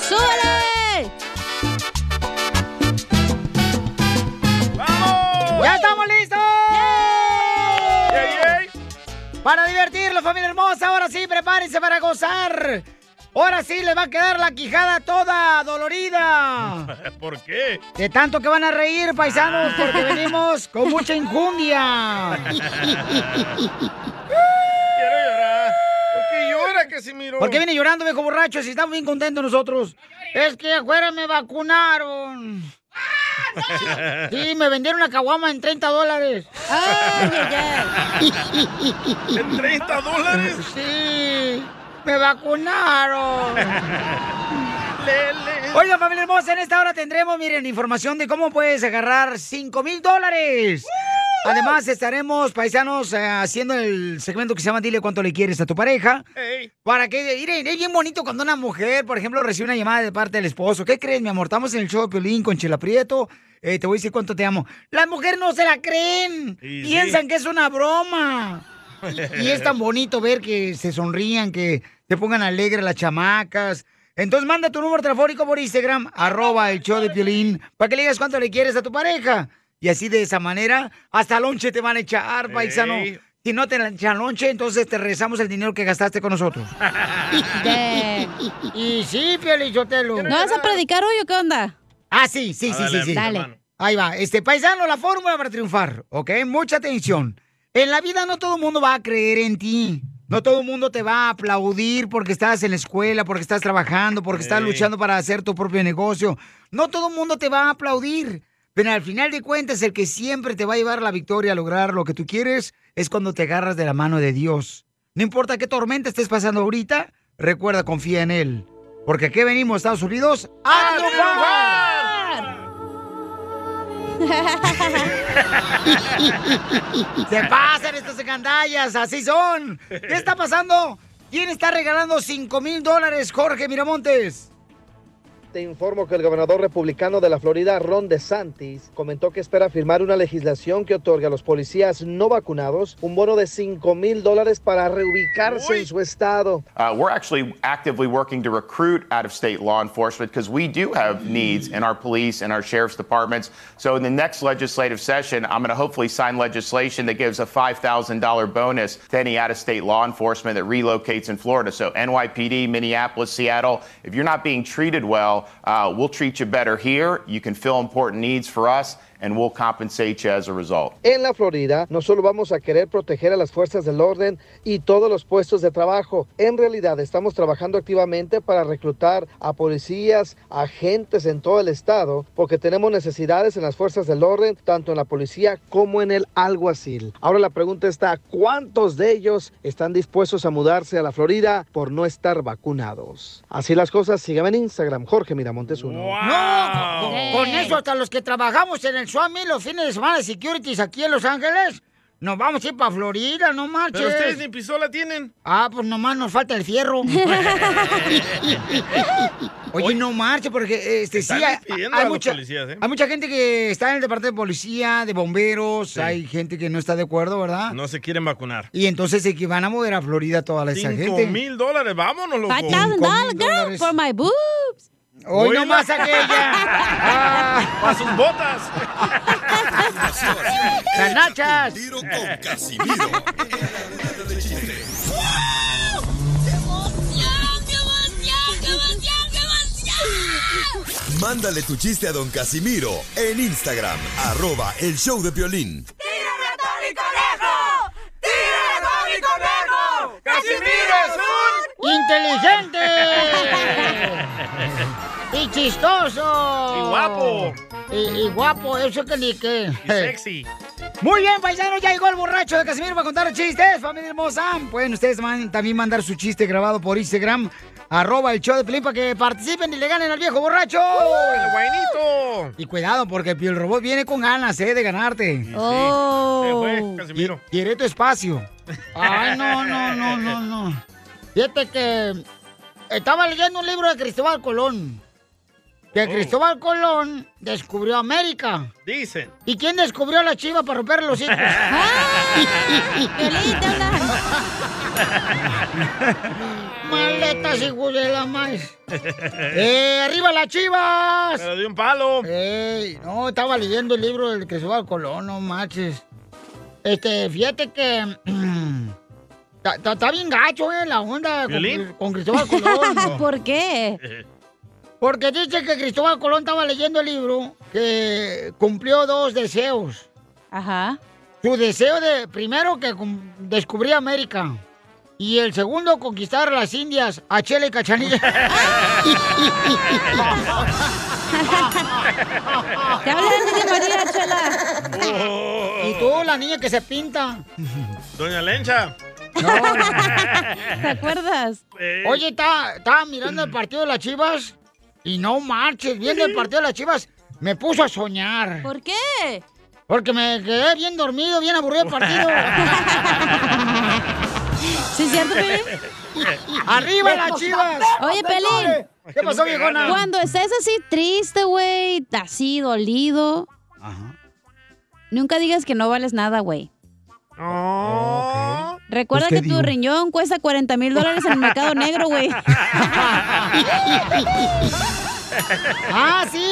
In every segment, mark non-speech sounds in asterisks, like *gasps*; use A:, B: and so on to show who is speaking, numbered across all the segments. A: ¡Súbele!
B: ¡Vamos!
A: ¡Ya estamos listos!
B: ¡Yay,
A: Para divertirlo, familia hermosa, ahora sí, prepárense para gozar. Ahora sí, les va a quedar la quijada toda dolorida.
B: ¿Por qué? Ah.
A: De tanto que van a reír, paisanos, porque venimos con mucha injundia.
B: *laughs* Quiero llorar. ¿Por qué llora, Casimiro?
A: ¿Por qué viene llorando, viejo borracho, si estamos bien contentos nosotros? Es que afuera me vacunaron.
B: *laughs*
A: Sí, me vendieron la caguama en 30 dólares. ¡Ay, ay, ay!
B: ¿En 30 dólares?
A: Sí, me vacunaron. Oiga, familia hermosa, en esta hora tendremos, miren, información de cómo puedes agarrar 5 mil dólares. Además, estaremos, paisanos, eh, haciendo el segmento que se llama Dile cuánto le quieres a tu pareja.
B: Ey.
A: Para que, miren, es bien bonito cuando una mujer, por ejemplo, recibe una llamada de parte del esposo. ¿Qué crees, mi amor? Estamos en el show de Piolín con Chela Prieto. Eh, te voy a decir cuánto te amo. Las mujeres no se la creen.
B: Sí,
A: Piensan
B: sí.
A: que es una broma. Y es tan bonito ver que se sonrían, que se pongan alegres las chamacas. Entonces manda tu número telefónico por Instagram, arroba el show de Piolín, para que le digas cuánto le quieres a tu pareja. Y así de esa manera, hasta lonche te van a echar, paisano.
B: Ey.
A: Si no te echan lonche, entonces te regresamos el dinero que gastaste con nosotros.
B: *laughs* Damn.
A: *laughs* y sí, Piolín, yo te lo...
B: ¿No vas a
C: *laughs*
A: predicar hoy o qué onda? Ah, sí, sí,
B: Ah,
A: sí,
B: dale,
A: sí, sí.
B: hermano.
A: Ahí va. Este paisano, la fórmula para triunfar, ¿ok? Mucha atención. En la vida no todo el mundo va a creer en ti. No todo el mundo te va a aplaudir porque estás en la escuela, porque estás trabajando, porque estás
B: Ey.
A: luchando para hacer tu propio negocio. No todo el mundo te va a aplaudir. Pero al final de cuentas, el que siempre te va a llevar a la victoria, a lograr lo que tú quieres, es cuando te agarras de la mano de Dios. No importa qué tormenta estés pasando ahorita, recuerda, confía en Él. Porque aquí venimos, Estados Unidos, a Se pasan estas gandallas, así son. ¿Qué está pasando? ¿Quién está regalando 5 mil dólares, Jorge Miramontes?
D: Te informo que el gobernador republicano de la Florida, Ron DeSantis, comentó que espera firmar una legislación que otorgue a los policías no vacunados un bono de 5 mil dólares para reubicarse en su estado.
E: Uh, we're actually actively working to recruit out of state law enforcement because we do have needs in our police and our sheriff's departments. So, in the next legislative session, I'm going to hopefully sign legislation that gives a $5,000 bonus to any out of state law enforcement that relocates in Florida. So, NYPD, Minneapolis, Seattle, if you're not being treated well, uh, we'll treat you better here. You can fill important needs for us, and we'll compensate you as a result.
D: En la Florida no solo vamos a querer proteger a las fuerzas del orden y todos los puestos de trabajo, en realidad estamos trabajando activamente para reclutar a policías, agentes en todo el estado, porque tenemos necesidades en las fuerzas del orden, tanto en la policía como en el alguacil. Ahora la pregunta está, ¿cuántos de ellos están dispuestos a mudarse a la Florida por no estar vacunados? Así las cosas, síganme en Instagram, Jorge Miramontes uno.
A: No, con- con eso hasta los que trabajamos en el Swami los fines de semana de Securities aquí en Los Ángeles, nos vamos a ir para Florida, no marches.
B: Pero ustedes ni pistola tienen.
A: Ah, pues nomás nos falta
B: *laughs*
A: el fierro. Oye, no marche, porque este, sí,
B: Están
A: hay,
B: despidiendo a
A: hay,
B: los
A: mucha,
B: policías, ¿eh?
A: hay mucha gente que está en el departamento de policía, de bomberos, hay gente que no está de acuerdo, ¿verdad?
B: No se quieren vacunar.
A: Y entonces se que van a mover a Florida toda esa gente.
B: Cinco mil dólares, vámonos, loco.
A: Five thousand dollars, girl, for
B: my boobs.
A: Hoy nomás aquella.
B: Para sus botas.
A: ¡Las nachas!
F: Tiro con Casimiro. Mándale tu chiste a don Casimiro en Instagram, arroba el show de violín.
B: *laughs*
A: ¡Inteligente! ¡Y chistoso!
B: Y guapo.
A: Y, y guapo, eso que ni qué.
B: Y sexy.
G: Muy bien, paisano, ya llegó el borracho de Casimiro para contar chistes, familia hermosa. Pueden ustedes man- también mandar su chiste grabado por Instagram, arroba el show de Pelín, para que participen y le ganen al viejo borracho.
B: Oh, ¡El guainito!
G: Y cuidado, porque el robot viene con ganas, ¿eh? De ganarte.
B: Sí, se
A: Oh.
B: fue, Casimiro.
G: Y- Quiere tu
B: *laughs*
G: espacio.
A: Ay, no, no, no, no, no. Fíjate que estaba leyendo un libro de Cristóbal Colón.
B: Oh.
A: Que Cristóbal Colón descubrió América.
B: Dicen.
A: ¿Y quién descubrió la chiva para romper
B: *laughs*
A: los hijos? *laughs* Maletas hijos de la más. *laughs* ¡Eh, arriba las chivas!
B: Me lo dio un palo.
A: Ey, no, estaba leyendo el libro del Cristóbal Colón, no manches. Este, fíjate que. *clears throat* ta- ta- Está bien gacho, eh, la onda con,
B: ¿Violín?
A: Cri- con Cristóbal
C: *laughs*
A: Colón.
C: ¿Por qué?
A: Porque dice que Cristóbal Colón estaba leyendo el libro que cumplió dos deseos.
C: Ajá.
A: Su deseo de, primero, que cum- descubrí América. Y el segundo, conquistar las Indias a Chile
C: *laughs*
A: y Cachanilla.
C: Te habla la niña María, chela.
A: y tú, la niña que se pinta.
B: Doña Lencha. *laughs*
C: ¿Te acuerdas?
B: Eh,
A: Oye, está- estaba mirando el partido de las Chivas y no marches, viendo el partido de las Chivas me puso a soñar.
C: ¿Por qué?
A: Porque me quedé bien dormido, bien aburrido el partido.
C: *laughs* ¿Sí es cierto, Pelín?
A: ¡Arriba las Chivas! eh.
C: Oye, Pelín.
A: ¿Qué pasó, viejona?
C: Cuando estés así triste, güey, así dolido,
G: Ajá.
C: nunca digas que no vales nada, güey.
B: No.
C: Recuerda
G: Pues,
C: que
G: ¿qué
C: tu
G: digo?
C: riñón cuesta 40 mil dólares en el mercado negro, güey.
A: *laughs* *laughs* ¡Ah, sí!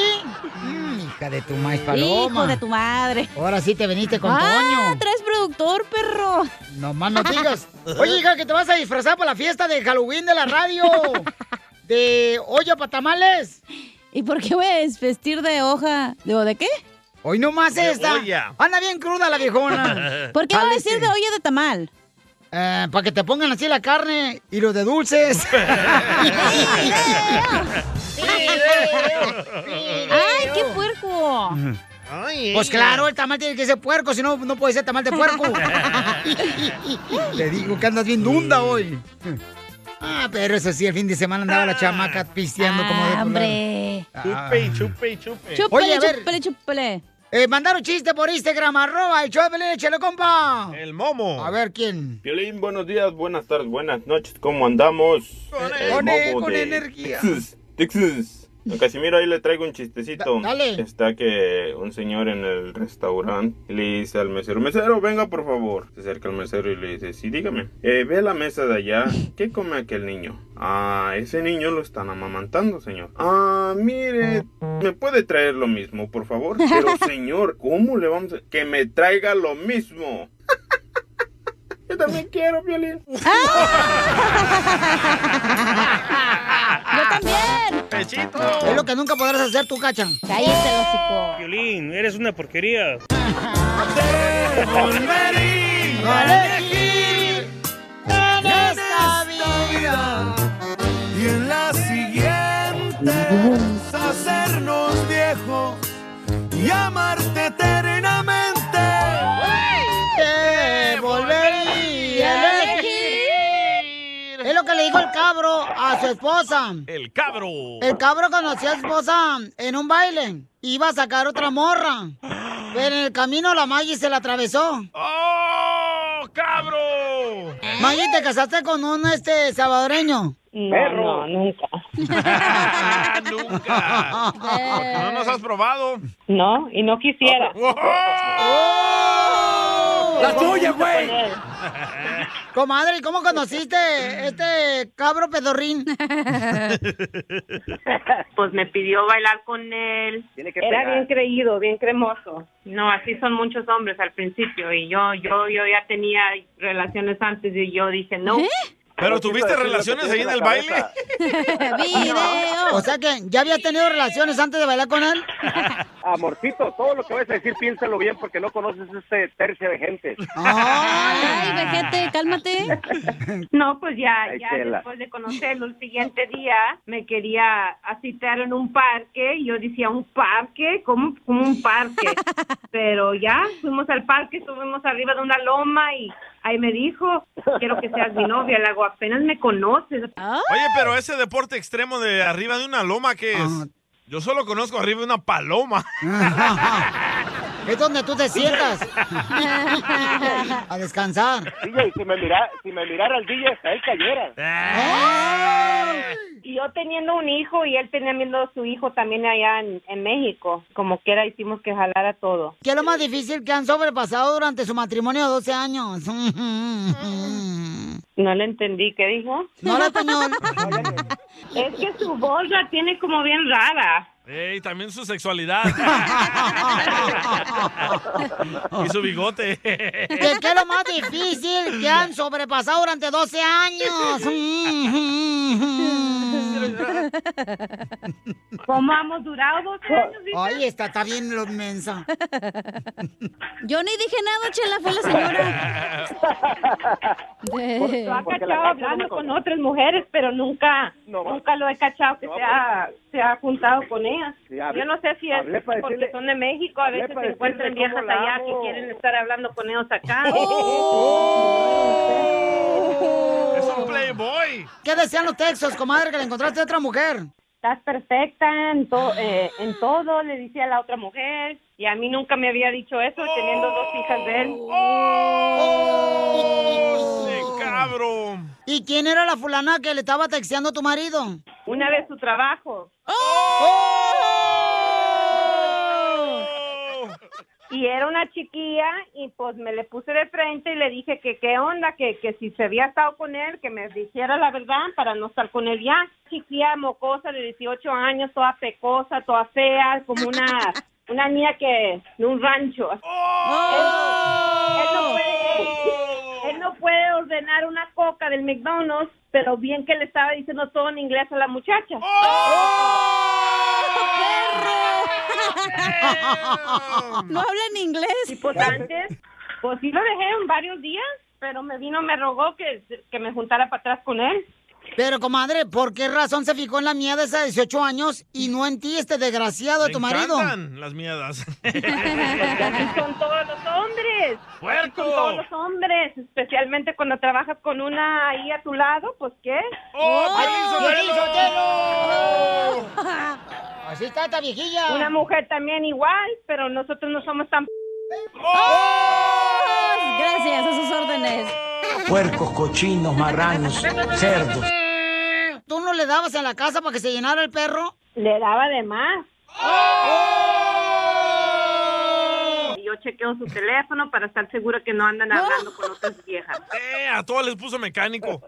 G: Mm, hija de tu maíz
C: Hijo
G: paloma.
C: de tu madre.
A: Ahora sí te viniste con
C: ah,
A: Toño.
C: traes productor, perro.
A: No más no digas. Oye, hija, que te vas a disfrazar para la fiesta de Halloween de la radio. De olla para tamales.
C: ¿Y por qué voy a desvestir de hoja? ¿Digo, de qué?
A: Hoy no más esta.
B: olla.
A: Anda bien cruda la viejona.
C: *laughs* ¿Por qué voy a
A: Jálese.
C: decir de olla de tamal?
A: Eh, para que te pongan así la carne y los de
C: *laughs*
A: dulces. *laughs*
C: ¡Ay, qué puerco!
B: Ay,
A: Pues claro, el tamal tiene que ser puerco, si no, no puede ser tamal de puerco. Te digo que andas bien dunda hoy. Ah, pero eso sí, el fin de semana andaba la chamaca pisteando como de
C: Ah, hombre.
B: Chupe y chupe y chupe.
A: Oye,
C: Chúpele,
A: a ver.
C: chúpele, chúpele.
A: Eh, mandaron chiste por Instagram, arroba el show de Pelín, échale, compa.
B: El momo.
A: A ver quién.
H: Piolín, buenos días, buenas tardes, buenas noches, ¿cómo andamos?
B: Con
A: Eh,
B: el-
A: con-
H: Bobo
A: con
H: de
A: energía.
H: Texas, Texas. Don Casimiro, ahí le traigo un chistecito.
A: Da- dale.
H: Está que un señor en el restaurante y le dice al mesero, mesero, venga por favor. Se acerca el mesero y le dice, sí, dígame. Eh, ve a la mesa de allá, ¿qué come aquel niño? Ah, ese niño lo están amamantando, señor. Ah, mire, me puede traer lo mismo, por favor.
A: *laughs*
H: Pero, señor, ¿cómo le vamos a...? Que me traiga lo mismo. Yo también quiero, Piolín.
C: ¡Ah! ¡Yo también!
B: Pechito.
A: Es lo que nunca podrás hacer tú, cacha.
C: ¡Cállate, lógico!
I: Violín, eres una porquería.
B: Volvería a elegir
A: En esta vida.
J: Y en la siguiente hacernos viejos y amarte eternamente.
A: Te volvería a elegir. Es lo que le dijo el cabro a su esposa.
B: El cabro.
A: El cabro conoció a su esposa en un baile. Iba a sacar otra morra. Pero en el camino la Maggie se la atravesó.
B: ¡Oh, cabro!
A: Maggie, ¿te casaste con un este salvadoreño?
H: Perro.
K: No, no, nunca.
B: *laughs* Nunca.
C: Eh.
B: No nos has
A: *laughs*
B: probado. Oh,
K: No, y no quisiera.
A: ¡Oh!
J: La tuya, güey.
A: Comadre, ¿y cómo conociste este cabro pedorrín?
K: *laughs* Pues me pidió bailar con él. Era bien creído, bien cremoso. No, así son muchos hombres al principio y yo yo yo ya tenía relaciones antes y yo dije no.
B: ¿Eh? ¿Pero tuviste
L: decir lo que
B: relaciones ahí en
L: tiene
B: el
L: la
B: baile?
L: cabeza.
A: O sea que ya había tenido relaciones antes de bailar con él.
L: Amorcito, todo lo que vas a decir, piénsalo bien porque no conoces este tercio de gente.
C: Ay, vejete, cálmate.
K: Ah. *laughs* No, pues ya,
L: Ay,
K: ya
L: Chela.
K: después de conocerlo, el siguiente día me quería a citar en un parque y yo decía, ¿un parque? ¿Cómo, cómo un parque?
A: *laughs*
K: Pero ya, fuimos al parque, estuvimos arriba de una loma y ahí me dijo, quiero que seas mi novia, le hago, apenas me conoces.
B: Oye, pero ese deporte extremo de arriba de una loma, ¿qué es?
A: Ah.
B: Yo solo conozco arriba de una paloma.
A: Es donde tú
L: *laughs*
A: te sientas. A descansar.
L: DJ, si me, mira, si me mirara el DJ, hasta él cayera.
A: Ah.
K: Y yo teniendo un hijo y él teniendo su hijo también allá en, en México, como quiera hicimos que jalara todo.
A: ¿Qué es lo más difícil que han sobrepasado durante su matrimonio de 12 años? *laughs* No
K: No le entendí, ¿qué dijo?
A: No habla español.
K: *laughs* Es que su voz la tiene como bien rara.
B: Ey, también su
A: *laughs*
B: sexualidad. y su bigote.
A: ¿Qué, qué es lo más difícil que han sobrepasado durante 12 años?
K: *laughs* ¿Cómo hemos durado 12
A: años? Oh, Ay, está, está bien lo mensa.
C: Yo ni dije nada, chela, fue la
K: Lo ha
C: señora.
K: cachado hablando con otras mujeres, pero nunca nunca lo he cachado que se, ha, se ha juntado con ellas.
L: Sí, hablé-
K: Yo no sé si es
L: hablé
K: porque
L: para decirle-
K: son de México, a
L: hablé
K: veces
L: para
K: se encuentran
L: decirle
K: viejas
L: cómo la
K: allá que
L: amo. Oh.
K: quieren estar hablando con ellos acá.
B: Es un playboy.
A: Oh. ¿Qué decían los textos, comadre, que le encontraste a otra mujer?
K: Estás perfecta en, to- eh, en todo, le decía a la otra mujer. Y a mí nunca me había dicho eso, teniendo dos hijas de él.
A: Oh.
B: cabrón!
A: ¿Y quién era la fulana que le estaba texteando a tu marido? Oh.
K: Una de su trabajo. Y era una chiquilla y pues me le puse de frente y le dije que qué onda, que, que si se había estado con él, que me dijera la verdad para no estar con él ya. Chiquilla mocosa de 18 años, toda pecosa, toda fea, como una, una niña que de un rancho. Él, él no puede, él no puede ordenar una coca del McDonald's, pero bien que le estaba diciendo todo en inglés a la muchacha.
C: No habla en inglés.
K: Oh, Y pues antes, pues sí lo dejé en varios días, pero me vino, me rogó que, que me juntara para atrás
A: *laughs*
K: con él.
A: Pero, comadre, ¿por qué razón se fijó en la mía de esa de 18 años y no en ti, este desgraciado de tu marido?
B: encantan las
L: *laughs*
B: miedas.
K: Son todos los hombres.
B: ¡Puerco!
K: Son todos los hombres, especialmente cuando trabajas con una ahí a tu lado, pues qué.
B: ¡Oh,
A: Piolín Así está esta viejilla.
K: Una mujer también igual, pero nosotros no somos tan...
B: ¡Oh!
C: Gracias, a sus órdenes.
J: Puercos, cochinos, marranos, cerdos.
A: ¿Tú no le dabas en la casa para que se llenara el perro?
K: Le daba de más.
B: ¡Oh!
K: Y Yo chequeo su teléfono para estar segura que no andan hablando con otras viejas.
B: Eh, a todos les puso mecánico.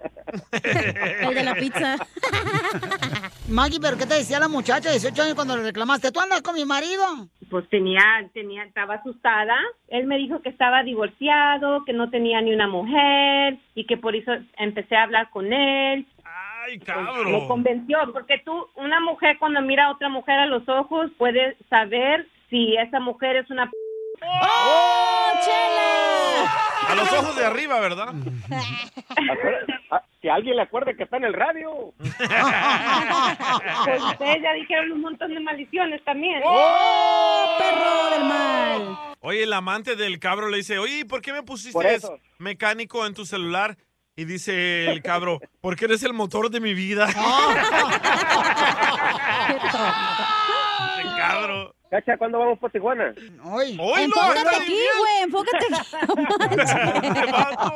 K: El de la pizza.
A: *laughs* Maggie, ¿pero qué te decía la muchacha de 18 años cuando le reclamaste? ¿Tú andas con mi marido?
K: Pues tenía, tenía, estaba asustada. Él me dijo que estaba divorciado, que no tenía ni una mujer y que por eso empecé a hablar con él.
B: ¡Ay,
K: Me
B: cabrón!
K: convenció, porque tú, una mujer cuando mira a otra mujer a los ojos puede saber si esa mujer es
C: *laughs*
K: una... p-
B: A los ojos de arriba, ¿verdad?
L: Acuérdate- ah, Si alguien le acuerda que está en el radio.
K: Pues ustedes ya dijeron un montón de maldiciones también.
B: ¡Oh,
C: perro del mal!
B: Oye, el amante del cabro le dice, oye, ¿y ¿por qué me pusiste
L: Por eso.
B: mecánico en tu celular? Y dice el cabro, porque eres el motor de mi vida.
A: Ah.
B: cabro.
L: Cacha, ¿cuándo vamos por Tijuana?
A: Hoy.
C: Enfócate aquí, güey, enfócate aquí. No manches.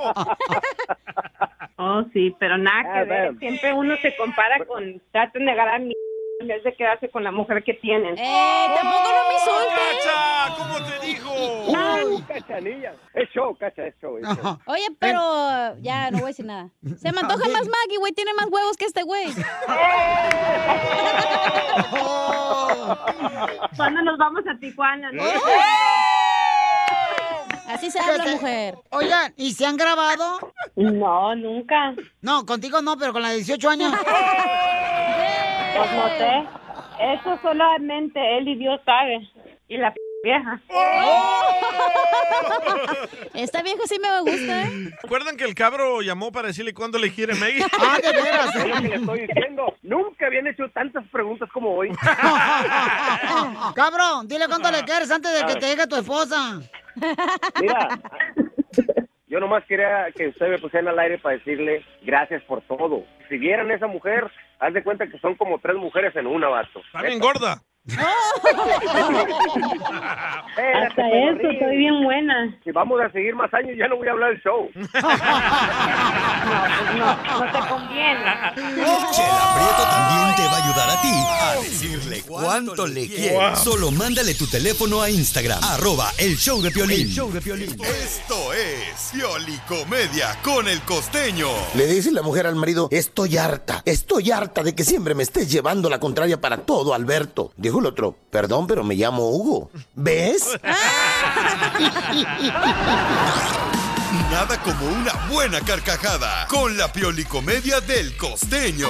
K: Oh, sí, pero nada que
C: Ah,
K: ver.
C: damn.
K: Siempre uno se compara con... Traten de agarrar mi... en vez de quedarse con la mujer que tienen.
C: ¡Eh, tampoco no me
J: ¡Oh,
C: insultes!
A: Oh,
B: ¡Cacha! ¿Cómo te dijo?
L: Uh, cachanilla. Es show, cacha, es show. es show.
C: Oye, pero ya, no voy a decir nada. Se me antoja más Maggie, güey. Tiene más huevos que
K: *laughs*
C: este güey.
K: ¿Cuándo nos vamos a Tijuana? no?
C: Así se habla, mujer.
A: Oigan, ¿y se han grabado
K: No, nunca.
A: No, contigo no, pero con la de 18
K: *laughs*
A: años.
K: Pues no sé. Eso solamente él y Dios sabe. Y la p- vieja.
A: Oh.
C: Esta vieja sí me gusta, ¿eh?
B: ¿Recuerdan que el cabro llamó para decirle cuándo le quiere Maggie?
A: ¡Ah, de
L: Es lo que le estoy diciendo. *laughs* Nunca habían hecho tantas preguntas como
J: *laughs*
L: hoy.
A: *laughs* Cabrón, dile cuánto le quieres antes de que te llegue tu esposa.
L: Mira, yo nomás quería que usted me pusiera al aire para decirle gracias por todo. Si vieran esa mujer, haz de cuenta que son como tres mujeres en una, vato.
B: Está bien gorda.
K: Hasta eso, estoy bien buena.
L: Si vamos a seguir más años, ya no voy a
A: *laughs*
L: hablar del show. pues
K: No te conviene.
F: Chela Prieto
C: *laughs*
F: también te va a ayudar a ti a decirle cuánto le quiere.
M: quieres.
F: Solo mándale tu teléfono a Instagram, arroba el show de Piolín.
M: El show de Piolín.
F: Esto es Piolicomedia con el costeño.
N: Le dice la mujer al marido, estoy harta, estoy harta de que siempre me estés llevando la contraria para todo, Alberto. Dijo el otro, perdón, pero me llamo Hugo. ¿Ves?
F: *laughs* Nada como una buena carcajada con la Piolicomedia del costeño.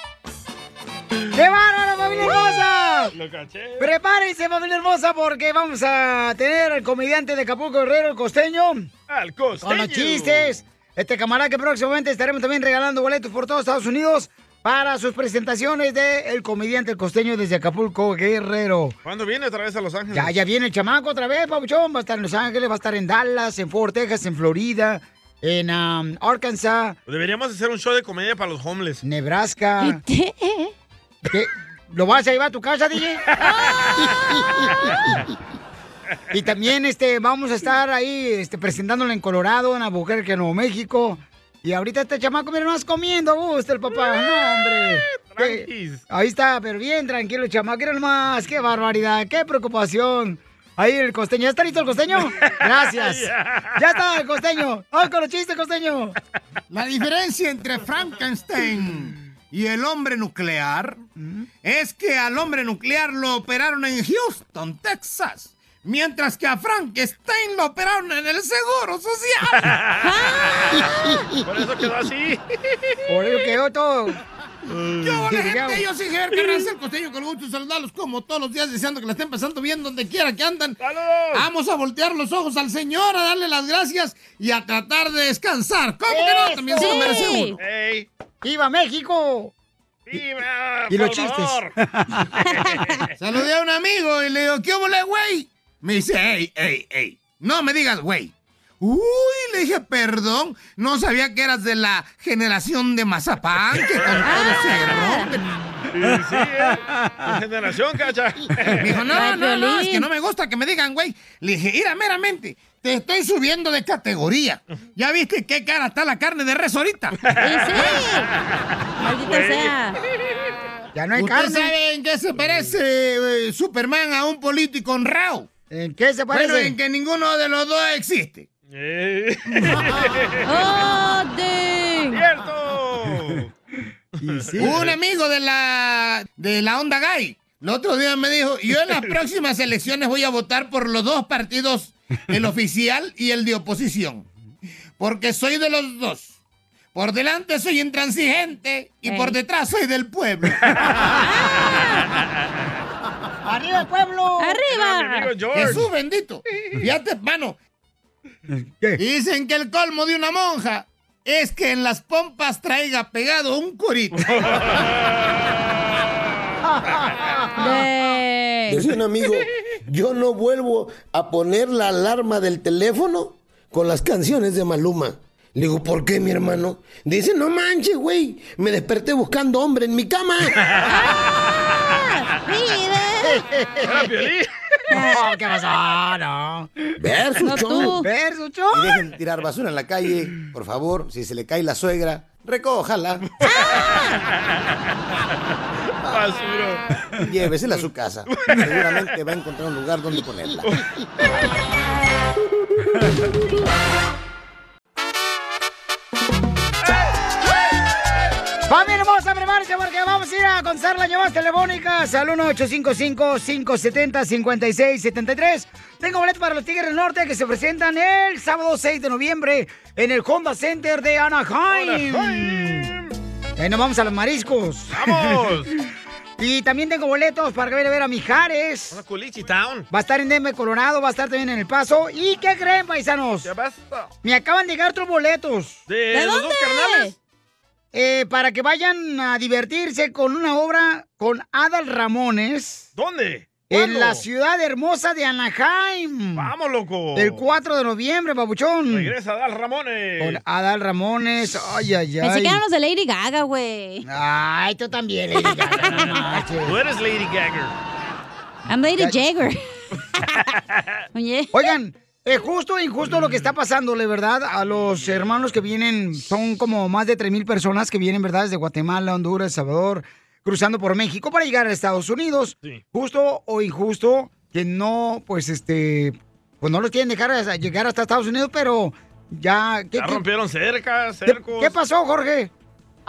A: *laughs* ¡Qué bárbaro, familia hermosa!
B: Lo caché.
A: Prepárense, familia hermosa, porque vamos a tener al comediante de Acapulco Herrero, el costeño.
B: Al costeño.
A: Con los chistes. Este camarada que próximamente estaremos también regalando boletos por todos Estados Unidos para sus presentaciones de El comediante el costeño desde Acapulco Guerrero.
B: ¿Cuándo viene otra vez a Los Ángeles?
A: Ya, ya viene el chamaco otra vez, papuchón. Va a estar en Los Ángeles, va a estar en Dallas, en Fort Texas, en Florida, en um, Arkansas,
B: Deberíamos hacer un show de comedia para los homeless.
A: Nebraska. ¿Qué? ¿Lo vas a llevar a tu casa, DJ? y también este, vamos a estar ahí este, presentándolo en Colorado, en Albuquerque, Nuevo México. Y ahorita este chamaco, mira, no vas comiendo a gusto el papá. No, hombre. Qué- Ahí está, pero bien tranquilo el chamaco. Mira nomás, qué barbaridad, qué preocupación. Ahí el costeño. ¿Ya está listo el costeño? Gracias. Ya está el costeño. ¡Ah, con los chistes, costeño!
O: *laughs* La diferencia entre Frankenstein y el hombre nuclear es que al hombre nuclear lo operaron en Houston, Texas, mientras que a Frankenstein lo operaron en el Seguro Social.
B: *laughs* Por eso quedó así.
A: Por eso quedó todo.
O: ¿Qué hola, gente? Yo soy Javier Carranza, el costeño, con gusto de saludarlos como todos los días, deseando que la estén pasando bien donde quiera que andan. Vamos a voltear los ojos al Señor, a darle las gracias y a tratar de descansar. ¿Cómo que no? También se lo merece uno.
A: ¡Viva México!
B: ¡Viva!
O: Y los chistes. *laughs* Saludé a un amigo y le digo, ¿qué hubo, güey? Me dice, hey, hey, hey, no me digas, güey. Uy, le dije, perdón, no sabía que eras de la generación de mazapán, que con todo se rompen.
B: Y sí, ¿eh?
A: *laughs*
B: Tu generación, cacha.
O: Me *laughs* dijo, no,
B: Ay,
O: no, no, es
B: Piolín.
O: que no me gusta que me digan, güey. Le dije, mira, meramente, te estoy subiendo de categoría. ¿Ya viste qué cara está la carne de res *laughs* ahorita?
C: Maldita sea.
A: Ya no hay
O: ¿Ustedes
A: carne.
O: saben en qué se parece eh, Superman a un político honrado?
A: ¿En qué se
O: Bueno,
A: parece?
O: en que ninguno de los dos *laughs* existe.
J: *laughs*
B: ¡Cierto!
O: Un
J: *laughs*
O: amigo de la, de la Onda Gay, el otro día me dijo, yo en las próximas elecciones voy a votar por los dos partidos, el oficial y el de oposición. Porque soy de los dos. Por delante soy intransigente y por
A: Ey.
O: detrás soy del pueblo.
A: ¡Arriba el pueblo!
O: Jesús bendito. Fíjate, hermano. Dicen que el colmo de una monja es que en las pompas traiga pegado un curito.
C: Eh.
N: Decía un
C: *laughs*
N: amigo, yo no vuelvo a poner la alarma del teléfono con las canciones de Maluma. Le digo, ¿por qué, mi hermano? Dice, no manches, güey, me desperté buscando hombre en mi cama.
J: Ah,
A: No, ¿qué pasó? No.
N: Versus
A: No tú.
N: show.
A: Versus
N: Y dejen de tirar basura en la calle, por favor. Si se le cae la suegra, recójala.
A: Ah.
N: Llévesela a su casa. Seguramente va a encontrar un lugar donde
L: *laughs*
N: ponerla.
A: ¡Familia hermosa, prepárense prepárense porque vamos a ir a contar las llamadas telefónicas al 1-855-570-5673. Tengo boleto para los Tigres del Norte que se presentan el sábado 6 de noviembre en el Honda Center de Anaheim. Ahí nos Eh, vamos a los mariscos.
B: ¡Vamos!
A: *laughs* Y también tengo boletos para ir a ver a Mijares.
B: Culichi Town.
A: Va a estar en Denver, Colorado, va a estar también en El Paso. ¿Y qué creen, paisanos? Me acaban de llegar otros boletos.
B: ¿De, los dos carnales?
A: Eh, para que vayan a divertirse con una obra con Adal Ramones.
B: ¿Dónde?
A: En la ciudad hermosa de Anaheim.
B: Vamos, loco.
A: El 4 de noviembre, papuchón.
B: Regresa Dal Ramones.
A: Con Adal Ramones. Ay, ay, ay.
C: Pensé que eran los de Lady Gaga, güey.
A: Ay, tú también, Lady Gaga. Ah, no manches.
B: Tú eres Lady Gaga.
C: I'm Lady Jagger.
A: *laughs*
C: Oye.
A: Oigan, es justo e injusto lo que está pasándole, ¿verdad? A los hermanos que vienen, son como más de 3.000 personas que vienen, ¿verdad? Desde Guatemala, Honduras, Salvador, cruzando por México para llegar a Estados Unidos. Justo o injusto que no, pues, este, pues no los quieren dejar hasta- llegar hasta Estados Unidos, pero ya... ¿qué,
B: Ya
A: qué-
B: rompieron cercas,
A: qué-
B: cercos.
A: ¿Qué pasó, Jorge?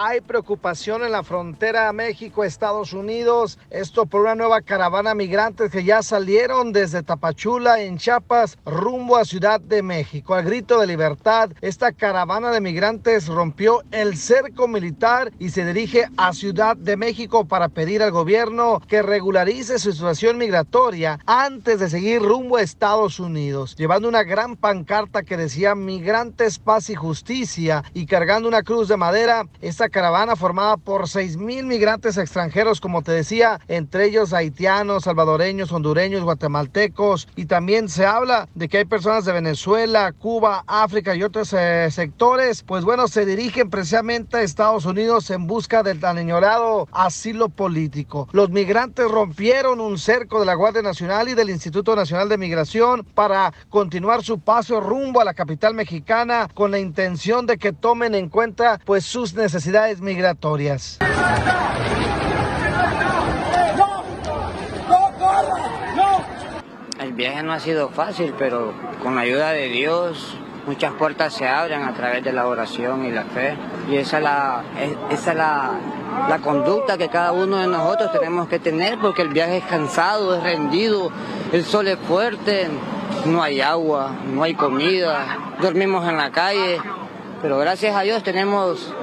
D: Hay preocupación en la frontera México-Estados Unidos. Esto por una nueva caravana migrantes que ya salieron desde Tapachula, en Chiapas, rumbo a Ciudad de México. Al grito de libertad, esta caravana de migrantes rompió el cerco militar y se dirige a Ciudad de México para pedir al gobierno que regularice su situación migratoria antes de seguir rumbo a Estados Unidos, llevando una gran pancarta que decía Migrantes, Paz y Justicia y cargando una cruz de madera. Esta caravana formada por 6 mil migrantes extranjeros, como te decía, entre ellos haitianos, salvadoreños, hondureños, guatemaltecos y también se habla de que hay personas de Venezuela, Cuba, África y otros eh, sectores, pues bueno, se dirigen precisamente a Estados Unidos en busca del tan añorado asilo político. Los migrantes rompieron un cerco de la Guardia Nacional y del Instituto Nacional de Migración para continuar su paso rumbo a la capital mexicana con la intención de que tomen en cuenta pues sus necesidades migratorias.
M: El viaje no ha sido fácil, pero con la ayuda de Dios muchas puertas se abren a través de la oración y la fe. Y esa es la, es- esa es la, la conducta que cada uno de nosotros tenemos que tener, porque el viaje es cansado, es rendido, el sol es fuerte, no hay agua, no hay comida, dormimos en la calle, pero gracias a Dios tenemos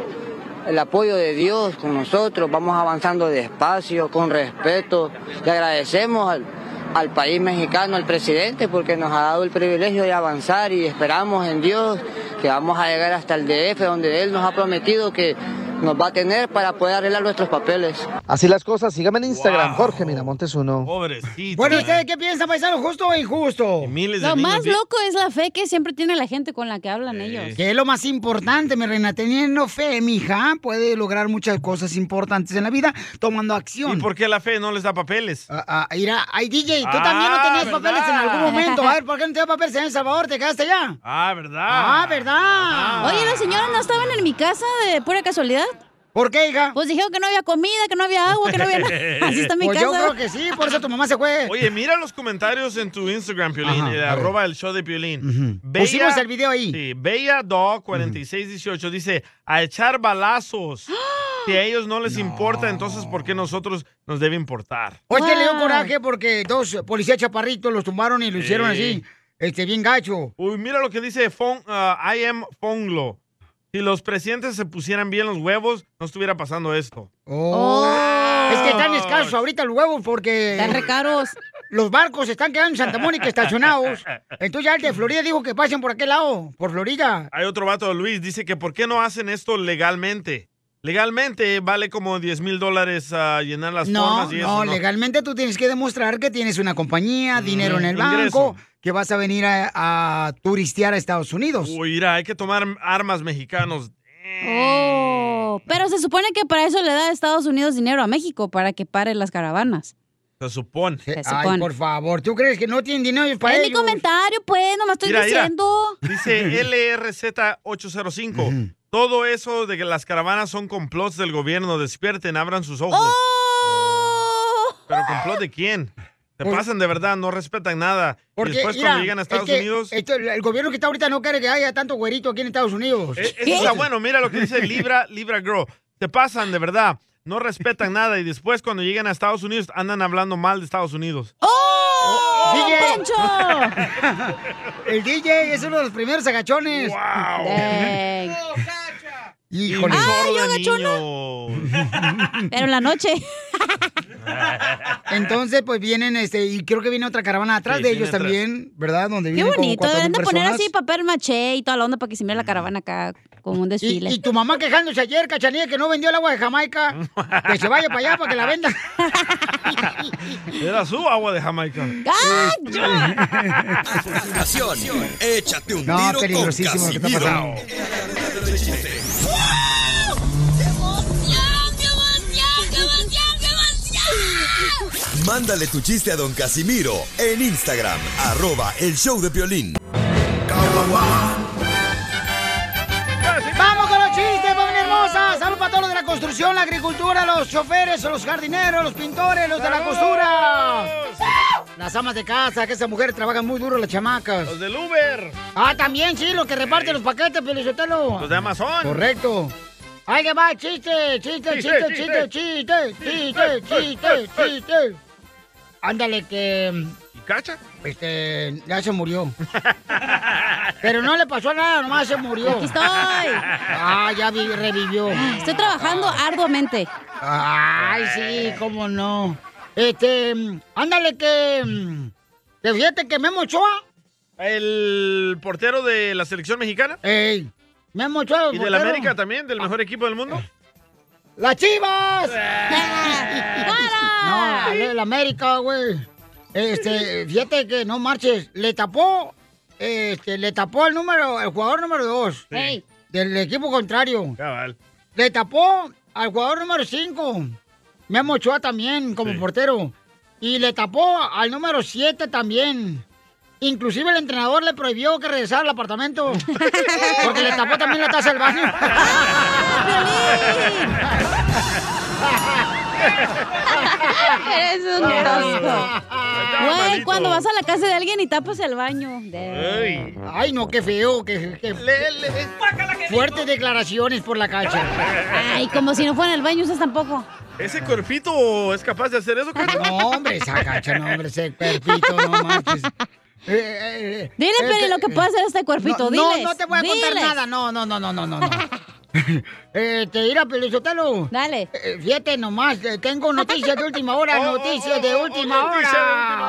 M: el apoyo de Dios con nosotros, vamos avanzando despacio, con respeto. Le agradecemos al, al país mexicano, al presidente, porque nos ha dado el privilegio de avanzar y esperamos en Dios que vamos a llegar hasta el DF, donde Él nos ha prometido que nos va a tener para poder arreglar nuestros papeles.
D: Así las cosas, síganme en Instagram, Jorge Miramontes uno.
B: Pobrecito.
A: Bueno, ¿ustedes qué piensan, paisano? ¿Justo o injusto?
B: miles
C: *laughs* Lo más loco es la fe que siempre tiene la gente con la que hablan ellos.
A: Que es lo más importante, mi reina. Teniendo fe, mi hija, puede lograr muchas cosas importantes en la vida tomando
B: ¿Y
A: acción.
B: por qué la fe no les da papeles? Ah,
A: Ah, mira, ay, DJ, tú también no tenías papeles en algún momento. A ver, ¿por qué no tenías papeles en El Salvador? ¿Te quedaste allá?
B: Ah, ¿verdad?
A: Ah, ¿verdad?
C: Oye, la señora no estaban en mi casa de pura casualidad.
A: ¿Por qué, hija?
C: Pues dijeron que no había comida, que no había agua, que no había
A: *laughs*
C: nada. Así está mi
B: Pues
C: casa.
B: yo creo
A: que sí, por eso tu mamá se fue.
B: Oye, mira los comentarios en tu Instagram, Piolín,
A: Ajá,
B: eh,
A: a ver.
B: arroba el show de Piolín.
A: Pusimos el video ahí.
B: Sí, Bella Dog 4618 dice, a echar
A: *gasps*
B: balazos. Si a ellos no les importa, entonces ¿por qué nosotros nos debe importar?
A: Hoy te le dio coraje porque
B: Oh.
A: dos policías chaparritos los tumbaron y lo hicieron
B: Sí.
A: así. Este, bien gacho.
B: Uy, mira lo que dice Fon, ah, I am Fonglo. Si los presidentes se pusieran bien los huevos, no estuviera pasando esto.
A: Oh. Es que están escasos ahorita los huevos porque.
B: Están
A: recaros. Los barcos están quedando en Santa Mónica estacionados. Entonces ya el de Florida dijo que pasen por aquel lado, por Florida.
B: Hay otro vato, Luis, dice que ¿por qué no hacen esto legalmente? Legalmente vale como 10 mil dólares ah, llenar las
A: No,
B: formas y eso.
A: no, legalmente tú tienes que demostrar que tienes una compañía, dinero en el
B: ingreso.
A: banco, que vas a venir a, a turistear a Estados Unidos.
B: Uy, mira, hay que tomar armas mexicanos.
C: Oh, pero se supone que para eso le da a Estados Unidos dinero a México, para que pare las caravanas.
B: Se supone.
A: Ay, por favor, ¿tú crees que no tienen dinero para
C: Es mi
A: ellos?
C: comentario, pues, nomás estoy
B: Mira, mira.
C: diciendo. *laughs*
B: Dice LRZ805. Todo eso de que las caravanas son complots del gobierno. Despierten, abran sus ojos.
C: ¡Oh!
B: ¿Pero complot de quién? Se
A: Pues-
B: pasan de verdad, no respetan nada. Y
A: Porque,
B: después
A: mira,
B: cuando llegan a
A: es
B: Estados
A: que eh,
B: Unidos...
A: esto- el gobierno que está ahorita no quiere que haya tanto
B: e,
A: güerito aquí en Estados Unidos.
B: Eso
A: *laughs*
B: está bueno, mira lo que dice Libra, Libra Girl. Te pasan, de verdad. no respetan nada y después cuando llegan a Estados Unidos andan hablando mal de Estados Unidos.
C: ¡Oh!
A: DJ.
C: ¡Poncho!
A: *laughs* El DJ es uno de los primeros agachones.
C: Dang.
A: Híjole.
C: ¡Ay, yo
B: agachona!
C: Pero en la noche.
A: *laughs* Entonces, pues vienen, este, y creo que viene otra caravana atrás
C: Sí,
A: de
C: viene
A: ellos
C: atrás.
A: también, ¿verdad? Donde
C: Qué
A: vienen como
C: bonito,
A: 4,000
C: deben de poner
A: personas.
C: así papel maché y toda la onda para que se mire la caravana acá con un desfile.
A: Y, y tu mamá quejándose ayer, cachanilla, que no vendió el agua
C: *laughs*
A: de Jamaica. Que se vaya para allá para que la venda.
B: Era su "Uh, agua de Jamaica.
F: Acción. Échate un
B: No,
F: tiro con
B: peligrosísimo lo que está
F: Casimiro.
B: pasando.
F: Mándale tu chiste a don Casimiro en Instagram, arroba el show de violín.
A: ¡Vamos con los chistes, familia hermosa! ¡Salud para todos los de la construcción, la agricultura, los choferes, los jardineros, los pintores, los de la costura! Las amas de casa, que esas mujeres trabajan muy duro, las chamacas. Los
B: del Uber.
A: Ah, también, sí, los que reparten los paquetes, Pelizotelo.
B: Los de Amazon.
A: Correcto. ¡Ahí que va! ¡Chiste, chiste,
B: Chiste,
A: chiste,
B: chiste.
A: chiste, chiste, chiste, chiste, chiste! Ándale, que...
B: ¿Y cacha?
A: Este, ya se murió. *laughs* Pero no le pasó nada, nomás se murió.
C: Aquí estoy.
A: Ah, ya vi- revivió.
C: Estoy trabajando arduamente.
A: Ay, sí, cómo no. Este, ándale que... mm, Que fíjate que Memo Ochoa...
B: El portero de la selección mexicana.
A: Ey. Memo Ochoa...
B: Y del
A: portero. Eh.
B: América también, del mejor equipo del mundo.
A: ¡Las chivas! *laughs* no, hablé del América, güey. Este, fíjate que no marches. Le tapó... Este, le tapó el número... El jugador número dos.
C: Ey.
A: Del equipo contrario.
B: Cabal.
A: Le tapó al jugador número 5. Memo Ochoa también, como portero. Y le tapó al número 7 también. Inclusive el entrenador le prohibió que regresara al apartamento. Porque le tapó también la taza del baño. ¡Ah!
C: *laughs* Eres un tosco. Güey, cuando vas a la casa de alguien y tapas el baño. De-
A: Ay, no, qué feo, qué, qué fuertes declaraciones por la cacha.
C: Ay, como si no fuera en el baño, ustedes tampoco.
B: ¿Ese cuerpito es capaz de hacer eso?
A: No, hombre, esa cacha, no, hombre, ese cuerpito, no marches. Eh,
C: Dile, Peli, lo que puede hacer este cuerpito,
A: Este, No, no,
C: diles,
A: no te voy a contar
C: diles.
A: nada, no, no, no, no,
C: *laughs*
A: no, no. no. Este, mira, Pelizotelo. Dale. fíjate nomás, eh, tengo noticias de última *laughs* hora, Oh, noticias de última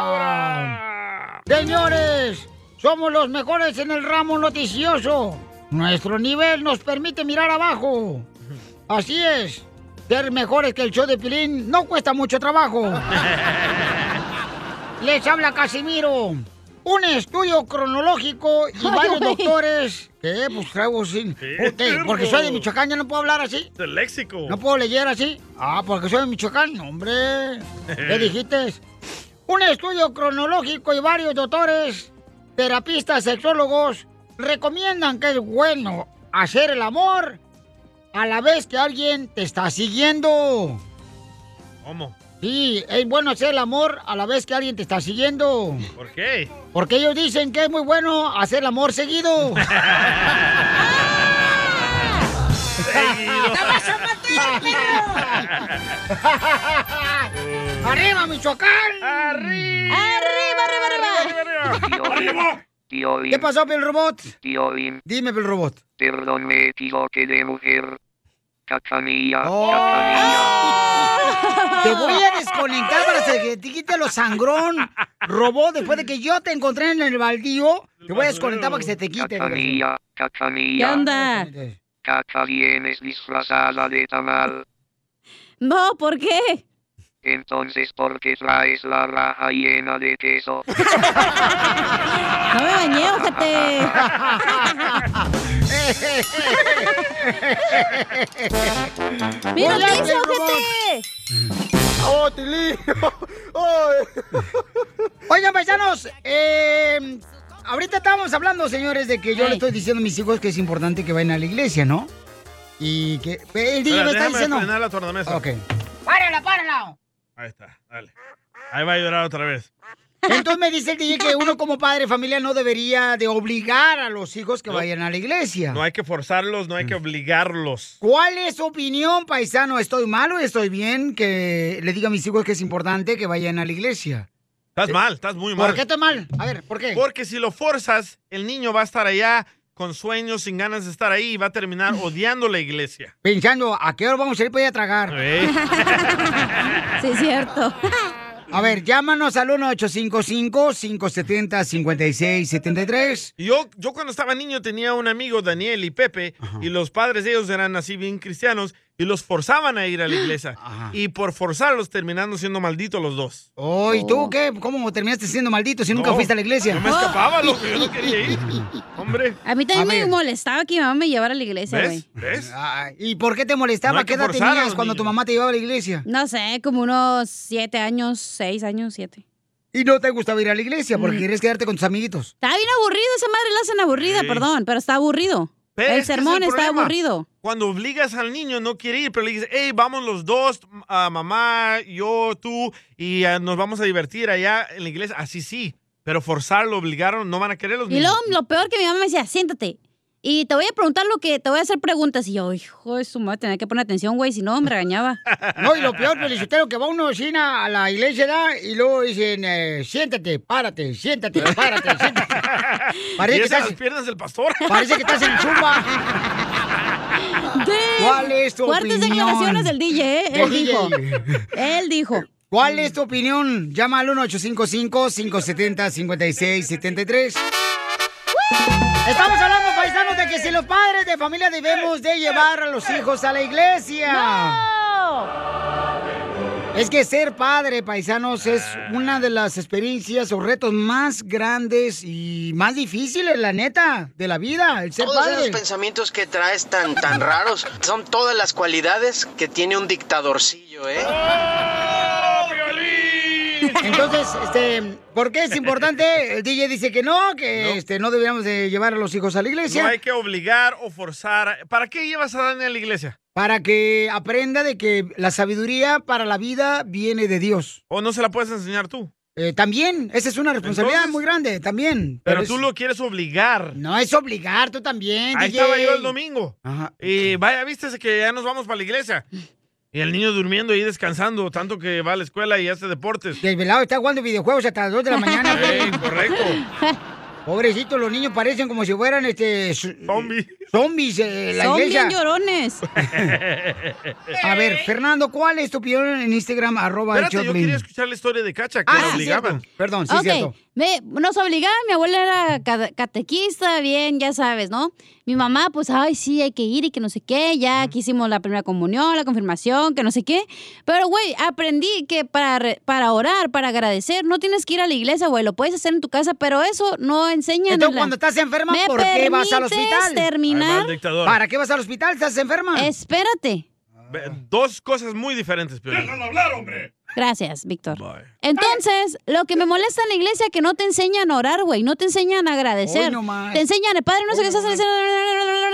A: hora. Señores, somos los mejores en el ramo noticioso. Nuestro nivel nos permite mirar abajo. Así es. Ser mejores que el show de Pilín no cuesta
P: *laughs*
A: mucho trabajo. Les habla Casimiro. Un estudio cronológico y
P: Ay,
A: varios
P: güey.
A: doctores. ¿Qué? Pues traigo sin. Ok, porque soy de Michoacán, ya no puedo hablar así.
B: Del léxico.
A: No puedo leer así. Ah, porque soy de Michoacán, No, hombre.
B: *laughs*
A: ¿Qué dijiste? Un estudio cronológico y varios doctores, terapistas, sexólogos recomiendan que es bueno hacer el amor a la vez que alguien te está siguiendo.
B: ¿Cómo?
A: Sí, es bueno hacer el amor a la vez que alguien te está siguiendo.
B: ¿Por qué?
A: Porque ellos dicen que es muy bueno hacer el
B: *laughs*
A: amor seguido. ¡Arriba, Michoacán! ¡Arriba! ¡Arriba, arriba, arriba!
Q: Tío Bim,
A: ¿Qué pasó, Pel Robot?
Q: tío Bim,
A: Dime, Pel Robot.
Q: perdón, me equivoqué de mujer. Cachanilla,
A: Oh. Te voy a desconectar para que te quite lo sangrón, robot. Después de que yo te encontré en el baldío, te voy a desconectar para que se te quite.
Q: cachanilla, cachanilla.
A: ¿Qué onda?
Q: Caca vienes disfrazada de tamal.
C: No, ¿por qué?
Q: Entonces, ¿por qué traes la raja llena de queso?
C: *laughs* No me bañé,
A: ojete.
C: Mira,
A: Hola,
C: ¿qué hizo,
A: Pel Robot.
C: ojete?
A: ¡Oh, Oigan, paisanos, eh, ahorita estábamos hablando, señores, de que yo le estoy diciendo a mis hijos que es importante que vayan a la iglesia, ¿no? Y que. El DJ me está
B: déjame
A: diciendo.
B: frenar la tornamesa.
A: Ok. ¡Párala, párala!
B: Ahí está, dale. Ahí va a llorar otra vez.
A: Entonces me dice el DJ que uno como padre de familia no debería de obligar a los hijos que vayan a la iglesia.
B: No hay que forzarlos, no hay que
A: Mm.
B: obligarlos.
A: ¿Cuál es su opinión, paisano? ¿Estoy mal o estoy bien que le diga a mis hijos que es importante que vayan a la iglesia?
B: Estás mal, estás muy mal.
A: ¿Por qué estoy mal? A ver, ¿por qué?
B: Porque si lo forzas, el niño va a estar allá con sueños, sin ganas de estar ahí y va a terminar
A: Mm.
B: odiando la iglesia.
A: Pensando, ¿a qué hora vamos a ir para ir a tragar?
B: ¿Eh?
C: *laughs* Sí, es cierto.
A: A ver, llámanos al 1-855-570-5673.
B: Yo, yo cuando estaba niño tenía un amigo, Daniel y Pepe, y los padres de ellos eran así bien cristianos y los forzaban a ir
A: *gasps*
B: a la iglesia. Y por forzarlos terminando siendo malditos los dos.
A: Oh, ¿y tú qué? ¿Cómo terminaste siendo maldito si nunca
B: No,
A: fuiste a la iglesia?
B: yo me escapaba, loco, yo
A: *laughs*
B: no quería ir. Hombre.
C: A mí
A: A
C: también
A: ver.
C: me molestaba que mi mamá me llevara a la iglesia, güey.
B: ¿Ves? ¿Ves?
A: Ay, ¿Y por qué te
C: No
A: molestaba?
C: hay
A: ¿Qué
C: que
A: edad
C: forzar a
A: tenías
C: los
A: cuando tu mamá te llevaba a la iglesia?
C: No sé, como unos siete años, seis años, siete.
A: Y no te gustaba ir a la iglesia
C: Mm.
A: porque quieres quedarte con tus amiguitos.
C: Está bien aburrido, esa madre la hacen aburrida,
B: Sí.
C: perdón, pero está aburrido.
B: Pero este es
C: el
B: que es
C: sermón está
B: problema.
C: aburrido.
B: Cuando obligas al niño no quiere ir, pero le dices, hey, vamos los dos, m- ah, mamá, yo, tú, y ah, nos vamos a divertir allá en la iglesia. Así sí, pero forzarlo, obligaron, no van a querer los
C: Y
B: niños.
C: luego lo peor que mi mamá me decía, siéntate. Y te voy a preguntar lo que, te voy a hacer preguntas. Y yo, hijo de su madre, tenía que poner atención, güey, si no me
A: *laughs*
C: regañaba.
A: No, y lo peor, felicitero, que va una vecina a la iglesia ¿da? y luego dicen, eh, siéntate, párate, siéntate, párate, siéntate.
C: *laughs*
B: *laughs*
A: Parece
B: y
A: que,
B: esas
A: estás,
B: las piernas del pastor.
A: parece que
B: *laughs*
A: estás en Zumba. ¿Cuál es tu
C: Fuertes
A: opinión?
C: declaraciones del DJ, ¿eh? Él dijo. Él dijo.
A: ¿Cuál es tu opinión? Llama al 1-855-570-5673. Estamos hablando, paisanos, de que si los padres de familia debemos de llevar a los hijos a la iglesia. Es que ser padre, paisanos, es una de las experiencias o retos más grandes y más difíciles, la neta, de la vida, el ser
R: Todos esos
A: padre.
R: pensamientos que traes tan, tan raros son todas las cualidades que tiene un dictadorcillo, ¿eh?
A: Entonces, este, ¿por qué es importante? El DJ dice que no, que este, no deberíamos de llevar a los hijos a la iglesia.
B: No hay que obligar o forzar. ¿Para qué llevas a Dani a la iglesia?
A: Para que aprenda de que la sabiduría para la vida viene de Dios.
B: ¿O no se la puedes enseñar tú?
A: Eh, también, esa es una responsabilidad
B: Entonces-
A: muy grande, también.
B: Pero,
A: es-
B: tú lo quieres obligar.
A: No es obligar, tú también,
B: Ahí
A: DJ.
B: estaba yo el domingo. Y vaya, viste ese que ya nos vamos para la iglesia. Y el niño durmiendo y descansando, tanto que va a la escuela y hace deportes.
A: Desvelado, está jugando videojuegos hasta las 2 de la mañana.
B: *laughs*
A: güey.
B: Ey,
A: *laughs*
B: correcto.
A: Pobrecitos, los niños parecen como si fueran este... Zombies. Zombies, eh, la
C: Son
A: iglesia.
C: bien
B: *laughs*
C: llorones.
A: A ver, Fernando, ¿cuál es tu opinión en Instagram? Arroba el
B: Eh. Espérate, yo
A: Choplin?
B: quería escuchar la historia de Cacha, que
A: Ah,
B: la
A: sí,
B: obligaban.
A: cierto. Perdón, sí,
C: Ok,
A: cierto.
C: me- nos obligaban, mi abuela era ca- catequista, bien, ya sabes, ¿no? Mi mamá, pues, ay, sí, hay que ir y que no sé qué, ya aquí hicimos la primera comunión, la confirmación, que no sé qué. Pero, güey, aprendí que para, re- para orar, para agradecer, no tienes que ir a la iglesia, güey, lo puedes hacer en tu casa, pero eso no enseña
A: Entonces, cuando estás enferma, ¿por qué vas al hospital?
C: terminar?
A: ¿Para qué vas al hospital? ¿Estás enferma?
C: Espérate.
B: Ve- Dos cosas muy diferentes, pero.
C: hablar, hombre! Gracias, Víctor. Entonces, lo que me molesta en la iglesia es que no te enseñan a orar, güey. No te enseñan a agradecer.
A: Hoy nomás.
C: te enseñan, el padre no sé qué estás haciendo.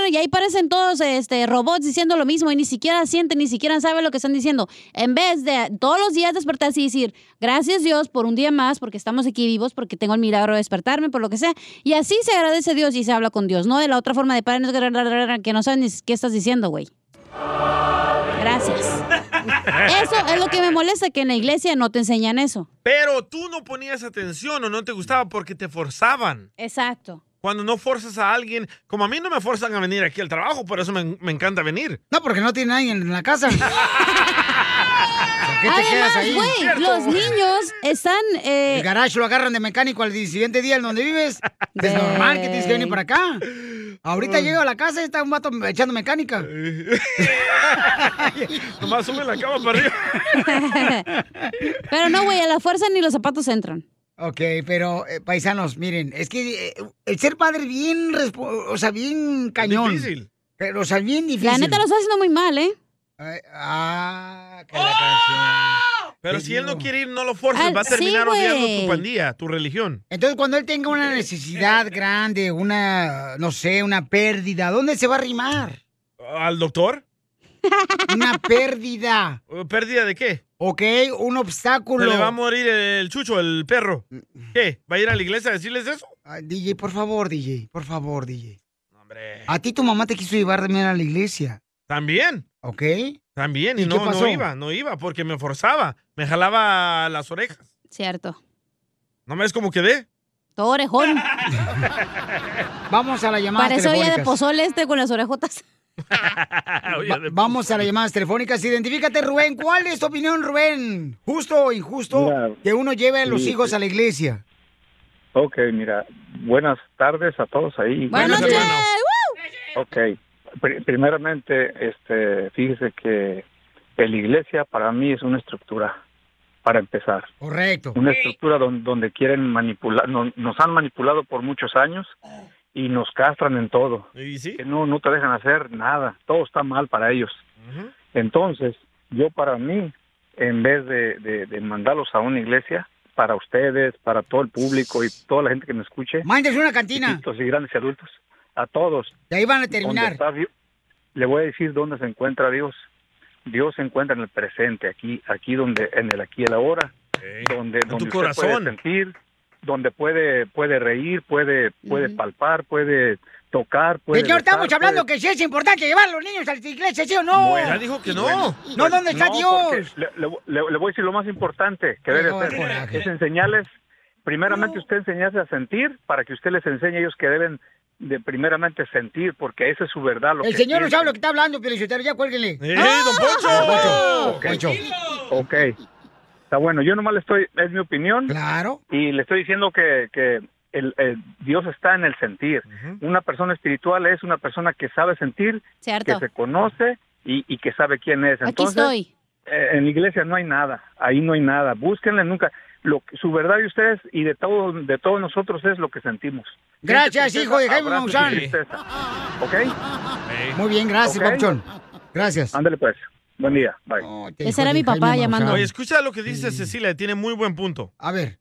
C: Y ahí parecen todos este, robots diciendo lo mismo y ni siquiera sienten, ni siquiera saben lo que están diciendo. En vez de todos los días despertarse y decir, gracias Dios por un día más, porque estamos aquí vivos, porque tengo el milagro de despertarme, por lo que sea. Y así se agradece a Dios y se habla con Dios, no de la otra forma de padre no sé qué, que no saben ni qué estás diciendo, güey. Gracias. Eso es lo que me molesta, que en la iglesia no te enseñan eso.
B: Pero tú no ponías atención o no te gustaba porque te forzaban.
C: Exacto.
B: Cuando no forzas a alguien, como a mí no me forzan a venir aquí al trabajo, por eso me, me encanta venir.
A: No, porque no tiene nadie en la casa. ¿Por qué te
C: Además,
A: quedas ahí?
C: güey, los niños están... eh,
A: El garage lo agarran de mecánico al siguiente día en donde vives. Es
C: Güey.
A: normal que tienes que venir para acá. Ahorita llego a la casa y está un vato echando
B: *laughs*
A: mecánica.
B: *laughs* Nomás sube la cama para arriba.
C: pero no, güey, a la fuerza ni los zapatos entran.
A: Ok, pero eh, paisanos, miren, es que eh, el ser padre bien, respo- o sea, bien cañón.
B: Difícil.
A: Pero, o sea, bien difícil.
C: La neta los está haciendo muy mal, ¿eh?
A: Ay, ah,
C: ¡Oh!
A: que la canción.
B: Pero
A: Te
B: si él no
A: digo.
B: quiere ir, no lo forces.
A: Al-
C: Ah,
B: Va a
A: sí,
B: terminar odiando
A: güey.
B: tu pandilla, tu religión.
A: Entonces, cuando él tenga una necesidad grande, una, no sé, una pérdida, ¿dónde se va a arrimar?
B: ¿Al doctor?
A: Una
B: *laughs*
A: pérdida.
B: ¿Pérdida de qué?
A: Ok, un obstáculo.
B: Se le va a morir el chucho, el perro.
A: Mm.
B: ¿Qué? ¿Va a ir a la iglesia a decirles eso?
A: Ah, DJ, por favor, DJ. Por favor, DJ. A ti tu mamá te quiso llevar también a la iglesia.
B: También.
A: ¿Ok?
B: También,
A: ¿Y
B: y,
A: qué
B: no,
A: pasó?
B: no iba, no iba, porque me forzaba. Me jalaba las orejas.
C: Cierto.
B: ¿No me ves cómo quedé?
C: Todo orejón.
A: Vamos a la llamada.
C: Para eso ya de
A: telefónicas.
C: pozol este con las orejotas.
A: Ah, Va- vamos a las llamadas telefónicas. Identifícate, Rubén. ¿Cuál es tu opinión, Rubén? ¿Justo o injusto
S: Mira,
A: que uno lleve a los
S: sí,
A: hijos a la iglesia?
S: Ok, mira, buenas tardes a todos ahí. Buenas noches. Ok, pri- primeramente, este, fíjese que la iglesia para mí es una estructura, para empezar.
A: Correcto.
S: Una estructura don- donde quieren manipular, no- nos han manipulado por muchos años y nos castran en todo. Que no, no te dejan hacer nada, todo está mal para ellos. Entonces, yo para mí, en vez de, de- de mandarlos a una iglesia, para ustedes, para todo el público y toda la gente que me escuche.
A: Mándense una cantina.
S: Chiquitos y grandes y adultos, a todos.
A: De ahí van a
S: ¿Dónde
A: terminar.
S: está Dios? Le voy a decir dónde se encuentra Dios. Dios se encuentra en el presente, aquí, aquí donde, en el aquí y el ahora, donde, donde
B: tu
S: usted
B: corazón.
S: puede sentir, donde puede, puede reír, puede, puede palpar, puede tocar, puede.
A: Señor,
S: besar,
A: estamos hablando
S: puede-
A: que sí es importante llevar a los niños a la iglesia, ¿sí o no?
S: Bueno, bueno,
A: no,
S: bueno,
A: ¿dónde está
S: pues, no,
A: Dios?
S: porque Le, le- le voy a decir lo más importante que debe
A: Pero,
S: hacer.
A: coraje.
S: Es enseñarles, primeramente usted enseñarse a sentir para que usted les enseñe a ellos que deben de primeramente sentir, porque esa es su verdad. Lo
A: El
S: que
A: señor no
S: sienten.
A: sabe lo que está hablando, pero ya cuélguenle.
S: ¡Eh,
A: ¡Ah!
S: don Poncho!
A: Don Poncho.
S: Ok. Está bueno. Yo nomás le estoy, es mi opinión.
A: Claro.
S: Y le estoy diciendo que, que el, el Dios está en el sentir. Una persona espiritual es una persona que sabe sentir,
C: *laughs* Cierto.
S: que se conoce y, y que sabe quién es.
C: Aquí
S: Entonces,
C: estoy.
S: eh, en la iglesia no hay nada. Ahí no hay nada. Búsquenle nunca. Lo, que- su verdad de ustedes y de todos de todos nosotros es lo que sentimos.
A: Gracias, hijo de Jaime
S: Abrazo y
A: Maussan.
S: tristeza. ¿Ok?
A: Muy bien, gracias,
S: ¿Ok?
A: Papuchón. Gracias.
S: Ándale, pues. Buen día. Bye.
C: Ese era mi papá llamando.
B: Oye, escucha lo que dice Cecilia, tiene muy buen punto.
A: A ver.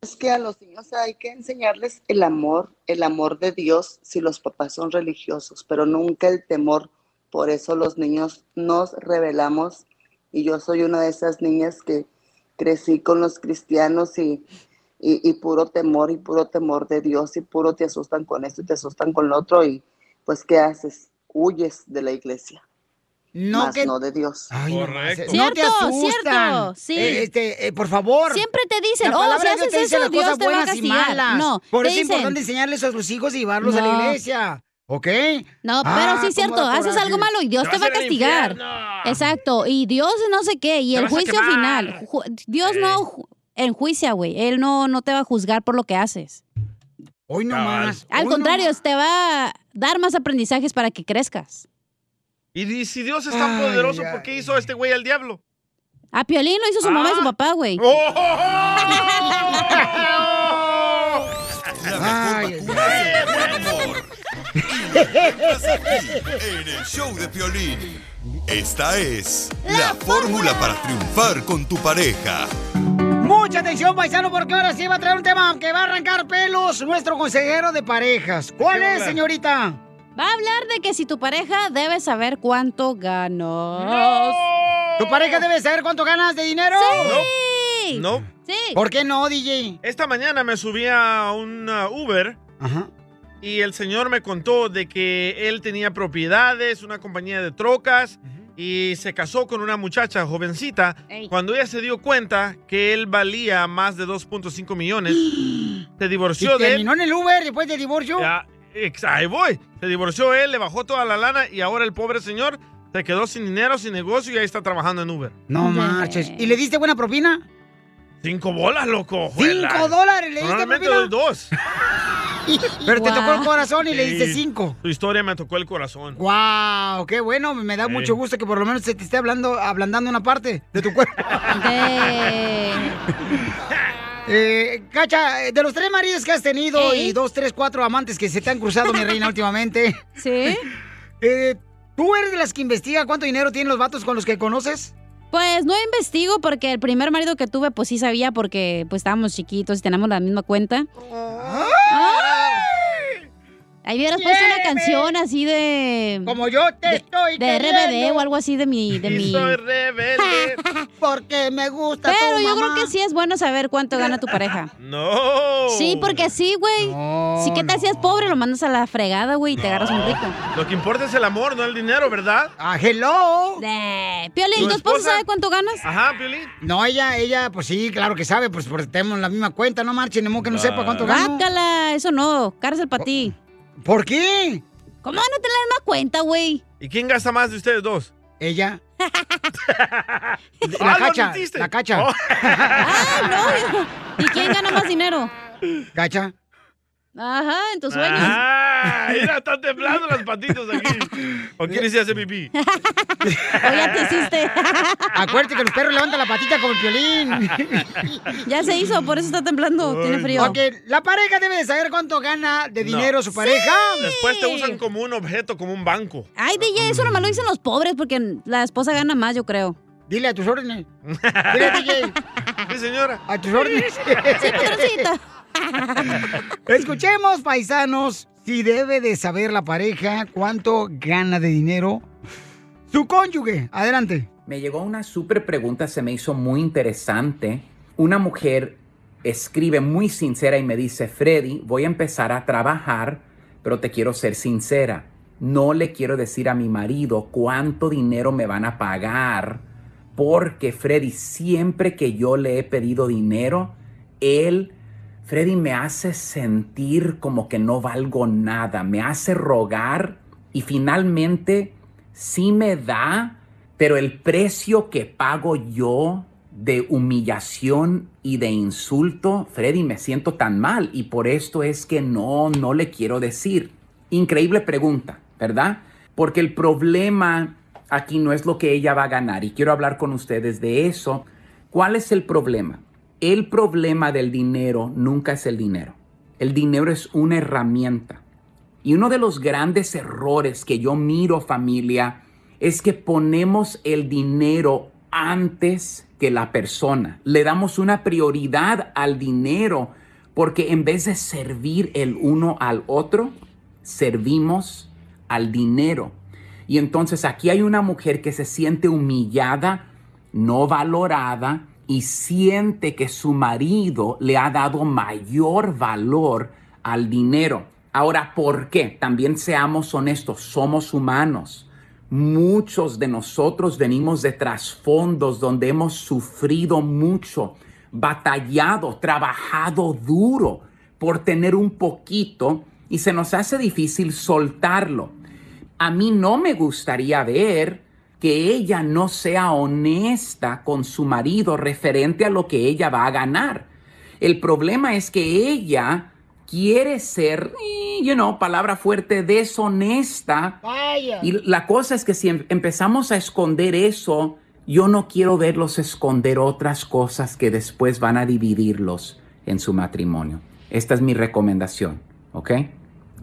T: Es que a los niños hay que enseñarles el amor, el amor de Dios, si los papás son religiosos, pero nunca el temor. Por eso los niños nos rebelamos y yo soy una de esas niñas que crecí con los cristianos y, y- y puro temor y puro temor de Dios y puro te asustan con esto y te asustan con lo otro y pues ¿qué haces? Huyes de la iglesia.
A: No,
T: más
A: que-
T: no de Dios.
A: Correcto.
T: Cierto,
A: Eh, No te
T: cierto,
A: asustan.
T: sí.
A: Eh, este, eh, por favor.
C: Siempre te dicen,
A: La
C: "Oh,
A: palabra
C: si
A: de Dios
C: haces
A: dice
C: eso,
A: las
C: Dios
A: cosas
C: te va a
A: buenas y
C: castigar".
A: malas.
C: No,
A: Por
C: te
A: eso es
C: dicen-
A: importante enseñarles a sus hijos y llevarlos a la
C: No.
A: iglesia. ¿Ok?
C: No,
A: Ah,
C: pero sí es cierto, haces algo malo y Dios te va a castigar. Exacto, y Dios no sé qué, y
T: Te
C: el
T: vas a
C: juicio
T: quemar.
C: final. Ju- Dios no ju- enjuicia, güey. Él no, no te va a juzgar por lo que haces.
A: Hoy no más.
C: Al
A: Hoy no
C: contrario, te va a dar más aprendizajes para que crezcas.
B: Y di- si Dios es tan
C: Ay,
B: poderoso,
C: ay,
B: ¿por qué hizo a este güey al
C: *laughs*
B: diablo?
C: A Piolín lo hizo su mamá y su papá, güey.
A: *laughs*
F: En el show de Piolín. Esta es la fórmula para triunfar con tu pareja.
A: Mucha atención, paisano, porque ahora sí va a traer un tema que va a arrancar pelos nuestro consejero de parejas. ¿Cuál
C: ¿Qué
A: es,
C: onda?
A: señorita?
C: Va a hablar de que si tu pareja debe saber cuánto ganas.
A: ¿Tu pareja debe saber cuánto ganas de dinero?
C: Sí.
B: No.
C: Sí.
A: ¿Por qué no, DJ?
B: Esta mañana me subí a un uh, Uber y el señor me contó de que él tenía propiedades, una compañía de trocas y se casó con una muchacha jovencita.
C: Ey.
B: Cuando ella se dio cuenta que él valía más de 2.5
C: *gasps*
B: millones, se divorció
A: ¿Y
B: de él.
A: terminó en el Uber después del divorcio?
B: Ya, ex- ahí voy. Se divorció él, le bajó toda la lana y ahora el pobre señor se quedó sin dinero, sin negocio y ahí está trabajando en Uber.
A: No marches. ¿Y le diste buena propina?
B: Cinco bolas, loco. juela.
A: ¿Cinco dólares le diste
B: Normalmente
A: propina?
B: doy dos.
A: Pero te tocó el corazón y le diste
B: Sí,
A: cinco.
B: Tu historia me tocó el corazón.
A: ¡Wow! ¡Qué bueno! Me da
B: Sí.
A: mucho gusto que por lo menos se te esté hablando, ablandando una parte de tu cuerpo. *laughs* Eh, Cacha, eh, de los tres maridos que has tenido
P: Ey.
A: y dos, tres, cuatro amantes que se te han cruzado, mi reina, últimamente. *laughs* Eh,
C: Sí.
A: ¿Tú eres de las que investiga cuánto dinero tienen los vatos con los que conoces?
C: Pues no investigo porque el primer marido que tuve pues sí sabía porque pues estábamos chiquitos y tenemos la misma cuenta. Ahí hubieras puesto una canción así de.
A: Como yo te
C: de,
A: estoy
C: De RBD
A: queriendo.
C: o algo así de mi. De
A: Y
C: mi...
A: *laughs*
C: *laughs*
A: soy
B: rebelde.
A: Porque me gusta
C: Pero
A: tu
C: yo
A: mamá.
C: creo que sí es bueno saber cuánto gana tu pareja.
B: No.
C: Sí, porque sí, güey. si que te hacías pobre, lo mandas a la fregada, güey, y te agarras un rico.
B: Lo que importa es el amor, no el dinero, ¿verdad?
A: Ah, hello.
C: Eh, Piolín, ¿tu esposa sabe cuánto ganas?
B: Ajá, Piolín.
A: No, ella, ella, pues sí, claro que sabe, pues porque tenemos la misma cuenta, no marchen, ni modo que no sepa cuánto gano. Oh,
C: Bácala, Ah. eso no, cárcel para ti.
A: ¿Por qué?
C: ¿Cómo no te la das cuenta, güey?
B: ¿Y quién gasta más de ustedes dos?
A: Ella.
B: Ah,
A: La
B: lo
A: cacha,
B: admitiste. Oh.
A: la cacha.
C: Ah, no, hijo. ¿Y quién gana más dinero?
B: *laughs*
A: Cacha.
C: Ajá, en tus sueños.
B: Ah, mira, están temblando las patitas
A: *laughs*
B: aquí. ¿O quién se hace pipí?
C: ya te hiciste.
A: *laughs* Acuérdate que los perros levantan la patita como el piolín.
C: ya se hizo, por eso está temblando, tiene frío.
A: Ok, la pareja debe de saber cuánto gana de dinero
B: No.
A: su pareja.
B: Después te usan como un objeto, como un banco.
C: Ay, DJ, eso nomás lo dicen los pobres porque la esposa gana más, yo creo.
A: Dile a tus órdenes. Dile, DJ.
B: Sí, señora.
A: A tus órdenes.
C: Sí, patroncita.
A: Escuchemos, paisanos, si debe de saber la pareja cuánto gana de dinero su cónyuge. Adelante.
U: Me llegó una súper pregunta, se me hizo muy interesante. Una mujer escribe muy sincera y me dice, Freddy, voy a empezar a trabajar, pero te quiero ser sincera. No le quiero decir a mi marido cuánto dinero me van a pagar, porque Freddy, siempre que yo le he pedido dinero, él Freddy me hace sentir como que no valgo nada, me hace rogar y finalmente sí me da, pero el precio que pago yo de humillación y de insulto, Freddy, me siento tan mal y por esto es que no, no le quiero decir. Increíble pregunta, ¿verdad? Porque el problema aquí no es lo que ella va a ganar y quiero hablar con ustedes de eso. ¿Cuál es el problema? El problema del dinero nunca es el dinero. El dinero es una herramienta. Y uno de los grandes errores que yo miro familia es que ponemos el dinero antes que la persona. Le damos una prioridad al dinero porque en vez de servir el uno al otro, servimos al dinero. Y entonces aquí hay una mujer que se siente humillada no valorada y siente que su marido le ha dado mayor valor al dinero. Ahora, ¿por qué? También seamos honestos, somos humanos. Muchos de nosotros venimos de trasfondos donde hemos sufrido mucho, batallado, trabajado duro por tener un poquito y se nos hace difícil soltarlo a mí no me gustaría ver que ella no sea honesta con su marido referente a lo que ella va a ganar. El problema es que ella quiere ser, eh, you know, palabra fuerte, deshonesta.
A: Vaya.
U: Y la cosa es que si em- empezamos a esconder eso, yo no quiero verlos esconder otras cosas que después van a dividirlos en su matrimonio. Esta es mi recomendación, ¿ok?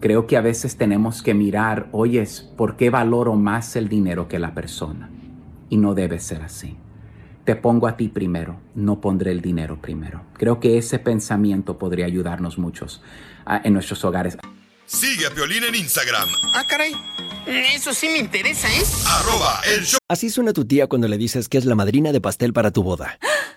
U: Creo que a veces tenemos que mirar, oyes, ¿por qué valoro más el dinero que la persona? Y no debe ser así. Te pongo a ti primero, no pondré el dinero primero. Creo que ese pensamiento podría ayudarnos muchos ah, en nuestros hogares.
F: Sigue a Piolín en Instagram,
R: Ah, caray. Eso sí me interesa, ¿eh?
F: arroba el show
V: Así suena tu tía cuando le dices que es la madrina de pastel para tu boda.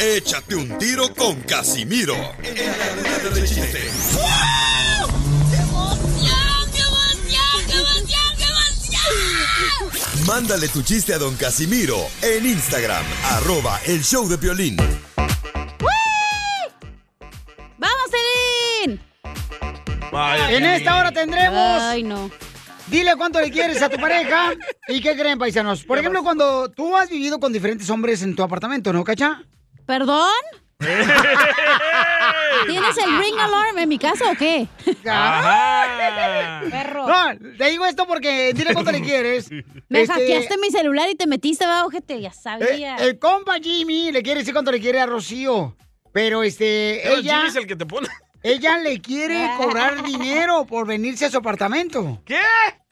F: Échate un tiro con Casimiro. Mándale tu chiste a don Casimiro en Instagram, arroba el show de violín.
C: ¡Vamos, Elin!
A: En esta hora tendremos.
C: Ay, no.
A: Dile cuánto le quieres a tu
B: *laughs*
A: pareja y qué creen, paisanos. Por ejemplo, cuando tú has vivido con diferentes hombres en tu apartamento, ¿no, cacha? *laughs*
C: ¿Perdón? ¿Tienes el ring alarm en mi casa o qué? Perro.
A: No, te digo esto porque dile cuánto le quieres.
C: *laughs* Me
A: Este,
C: hackeaste mi celular y te metiste, va, ojete, ya sabía.
A: eh, el compa Jimmy le quiere decir cuánto le quiere a Rocío. Pero este,
B: Pero
A: ella.
B: Jimmy es el que te pone.
A: Ella le quiere cobrar dinero por venirse a su apartamento.
B: Ah. ¿Qué?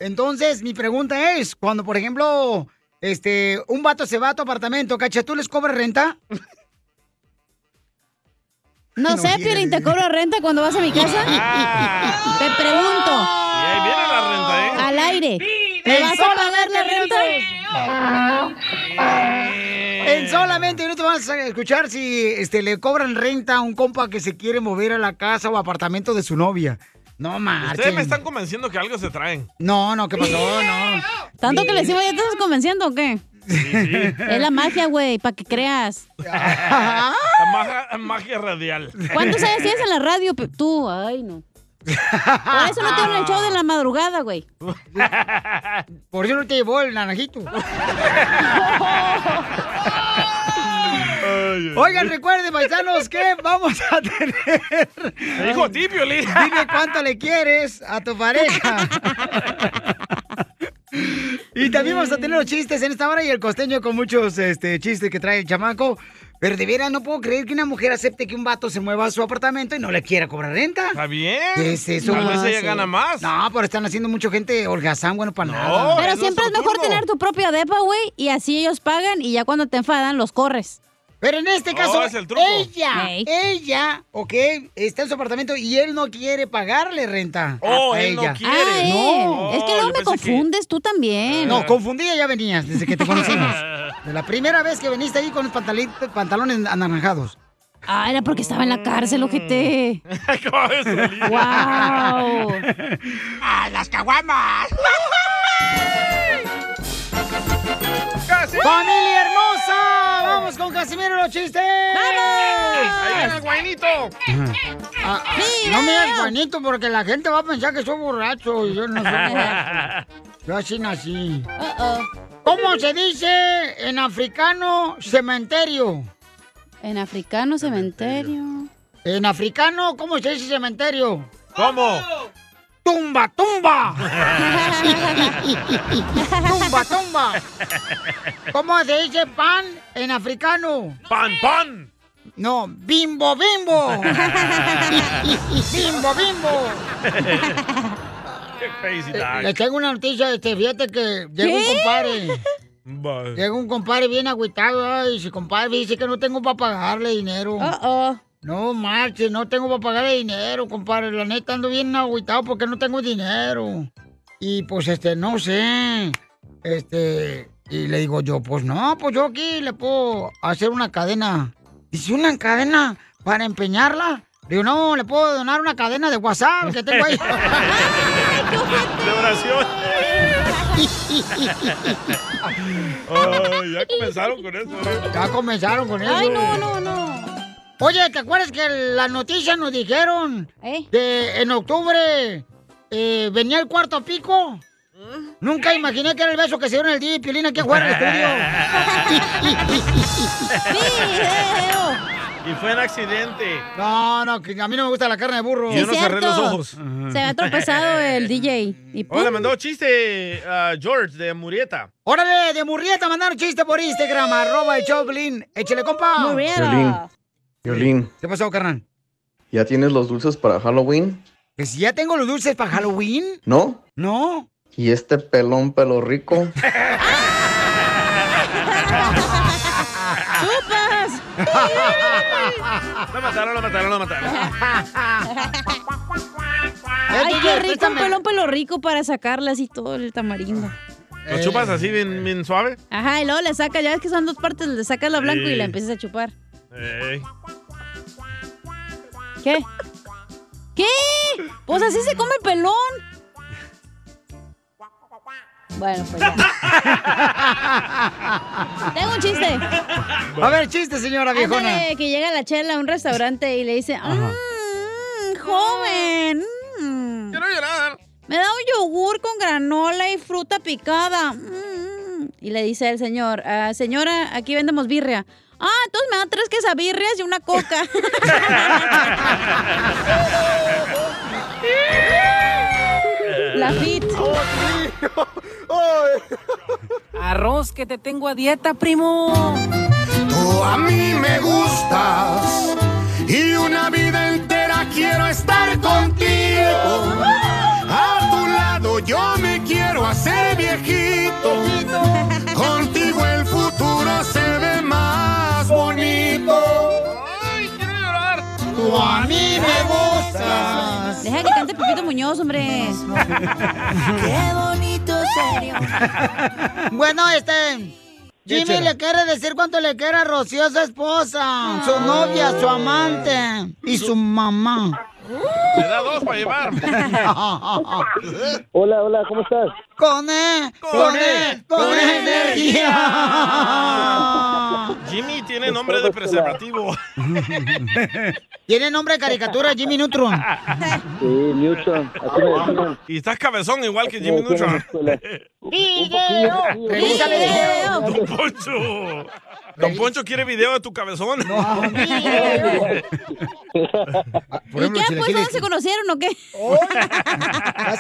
A: Entonces, mi pregunta es, cuando, por ejemplo, este, un vato se va a tu apartamento, ¿cacha? ¿Tú les cobras renta?
C: no, sé,
A: quiere Ah.
C: Piolín, ¿te cobro renta cuando vas a mi casa? Te pregunto.
B: Y ahí viene la renta, ¿eh?
C: Al aire. ¿Me vas a pagar la renta?
B: Eh.
A: En solamente minutos vas a escuchar si este, le cobran renta a un compa que se quiere mover a la casa o apartamento de su novia. No
B: Ustedes me
A: marchen.
B: están convenciendo que algo se traen.
A: No, no, ¿qué
B: *laughs*
A: pasó? No.
C: ¿Tanto que les iba ya te estás convenciendo o qué? Es la magia, güey, para que creas.
B: La magia, magia radial.
C: ¿Cuántos años tienes en la radio? pe- Tú, ay, no. Por eso no te hablan el show de la madrugada, güey.
A: Por eso no te llevó el naranjito. Oigan, recuerden, paisanos, que vamos a tener.
B: Te dijo a ti, Piolín.
A: Dime cuánto le quieres a tu pareja. Y también vamos a tener los chistes en esta hora y el costeño con muchos este, chistes que trae el chamaco. Pero de veras no puedo creer que una mujer acepte que un vato se mueva a su apartamento y no le quiera cobrar renta.
B: Está bien.
A: ¿Qué es eso? Ah,
B: Tal vez ella gana más.
A: No, pero están haciendo mucha gente holgazán, bueno, para nada.
C: Pero siempre es mejor tener tu propia depa, güey, y así ellos pagan y ya cuando te enfadan los corres.
A: Pero en este caso, eh, ella,
C: Ey.
A: ella, ok, está en su apartamento y él no quiere pagarle renta. a ella.
C: Ah, él.
A: No.
C: es que luego me confundes tú también.
A: No, confundida ya venías desde que te conocimos.
B: ¿eh?
A: De la primera vez que viniste ahí con los pantali- pantalones anaranjados.
C: Ah, era porque estaba en la cárcel, ojete.
A: ¡Guau!
J: ¡A las caguamas!
A: ¡Familia hermosa! ¡Vamos con Casimiro los chistes!
J: Ahí viene el
B: guainito!
A: Ah, ah, no me digas bonito porque la gente va a pensar que soy borracho y yo no soy borracho. Yo así nací. ¿Cómo se dice en africano cementerio?
C: En africano cementerio.
A: En africano, ¿cómo se dice cementerio?
B: ¿Cómo?
A: ¡Tumba, tumba! ¡Tumba, tumba! ¿Cómo se dice pan en africano?
B: ¡Pan, pan!
A: No, bimbo, bimbo.
B: *laughs*
A: bimbo, bimbo.
B: Qué crazy dog.
A: Les tengo una noticia, este, fíjate que llega un
B: ¿Qué?
A: compadre.
B: Bye.
A: Llega un compadre bien agüitado ay, y su compadre dice que no tengo para pagarle dinero. No marche, no tengo para pagarle dinero, compadre. La neta ando bien agüitado porque no tengo dinero. Y pues este, no sé. Este, y le digo yo, pues no, pues yo aquí le puedo hacer una cadena. Dice, ¿una cadena para empeñarla? Digo, no, le puedo donar una cadena de WhatsApp que tengo ahí.
B: De oración. Ay, Oh, ya comenzaron con eso. ¿eh?
A: Ya comenzaron con eso.
B: Ay, no,
C: no, no.
A: Oye, ¿te acuerdas que las noticias nos dijeron
C: ¿Eh?
A: que en octubre eh, venía el cuarto pico? Nunca
C: ¿Eh?
A: imaginé que era el beso que se dieron el día y Piolín aquí afuera del estudio.
B: Y fue un accidente.
A: No, no, que a mí no me gusta la carne de burro.
B: Yo no cerré los ojos.
C: Se ha
B: *laughs*
C: tropezado el DJ. Y
A: Uh.
C: pum.
B: Hola, mandó chiste a George de Murieta.
A: Órale, de Murrieta mandaron chiste por Instagram, arroba el Choplin. Échale, compa.
W: Violín. Violín.
A: ¿Qué pasó, carnal?
W: ¿Ya tienes los dulces para Halloween?
A: Que si ya tengo los dulces para Halloween.
W: ¿No?
A: No.
W: ¿Y este pelón pelo rico?
C: ¡Chupas!
B: Lo mataron, lo mataron, lo mataron.
C: Ay,
A: DJ,
C: qué rico, un
A: préstame.
C: pelón pelo rico para sacarle así todo el tamarindo.
A: Eh.
B: ¿Lo chupas así bien, bien suave?
C: Ajá, y luego le saca, ya ves que son dos partes, le sacas la blanco
B: Sí.
C: y la empiezas a chupar.
B: Ey.
C: ¿Qué? ¿Qué? Pues así se come el pelón. Bueno, pues ya. Tengo un chiste.
A: A ver, chiste, señora viejona.
C: Ándale, que llega la chela a un restaurante y le dice, "Mm, joven. Quiero llorar. Me da un yogur con granola y fruta picada. Mm". Y le dice el señor, "Ah, señora, aquí vendemos birria. Ah, entonces me da tres quesabirrias y una *laughs* coca.
J: La
C: fit.
B: Oh,
E: Arroz que te tengo a dieta, primo.
J: Tú Oh, a mí me gustas y una vida entera quiero estar contigo. A tu lado yo me quiero hacer viejito. Contigo el futuro se ve más bonito. Tú a mí me gustas.
C: Deja que cante Pepito Muñoz, hombre.
J: *laughs* Qué
C: bonito serio.
A: Bueno, este. Jimmy
J: Échala.
A: le quiere decir cuánto le quiere a Rocío, su esposa, su novia, su amante y su mamá.
B: Me da dos para llevar.
I: Hola, hola, ¿cómo estás?
A: Con él, con él, con E energía.
B: Jimmy tiene nombre de preservativo.
A: *laughs* Tiene nombre de caricatura Jimmy Neutron.
I: Sí, Newton, así me decían.
B: Y estás cabezón igual que Jimmy
I: me decían en la
B: Neutron.
I: escuela.
A: ¡Video! ¡Pregúntale video!
B: Don Poncho. Don Poncho quiere video de tu cabezón.
C: ¿Y qué? Pues, ¿dónde se conocieron o qué?
I: En el Ah,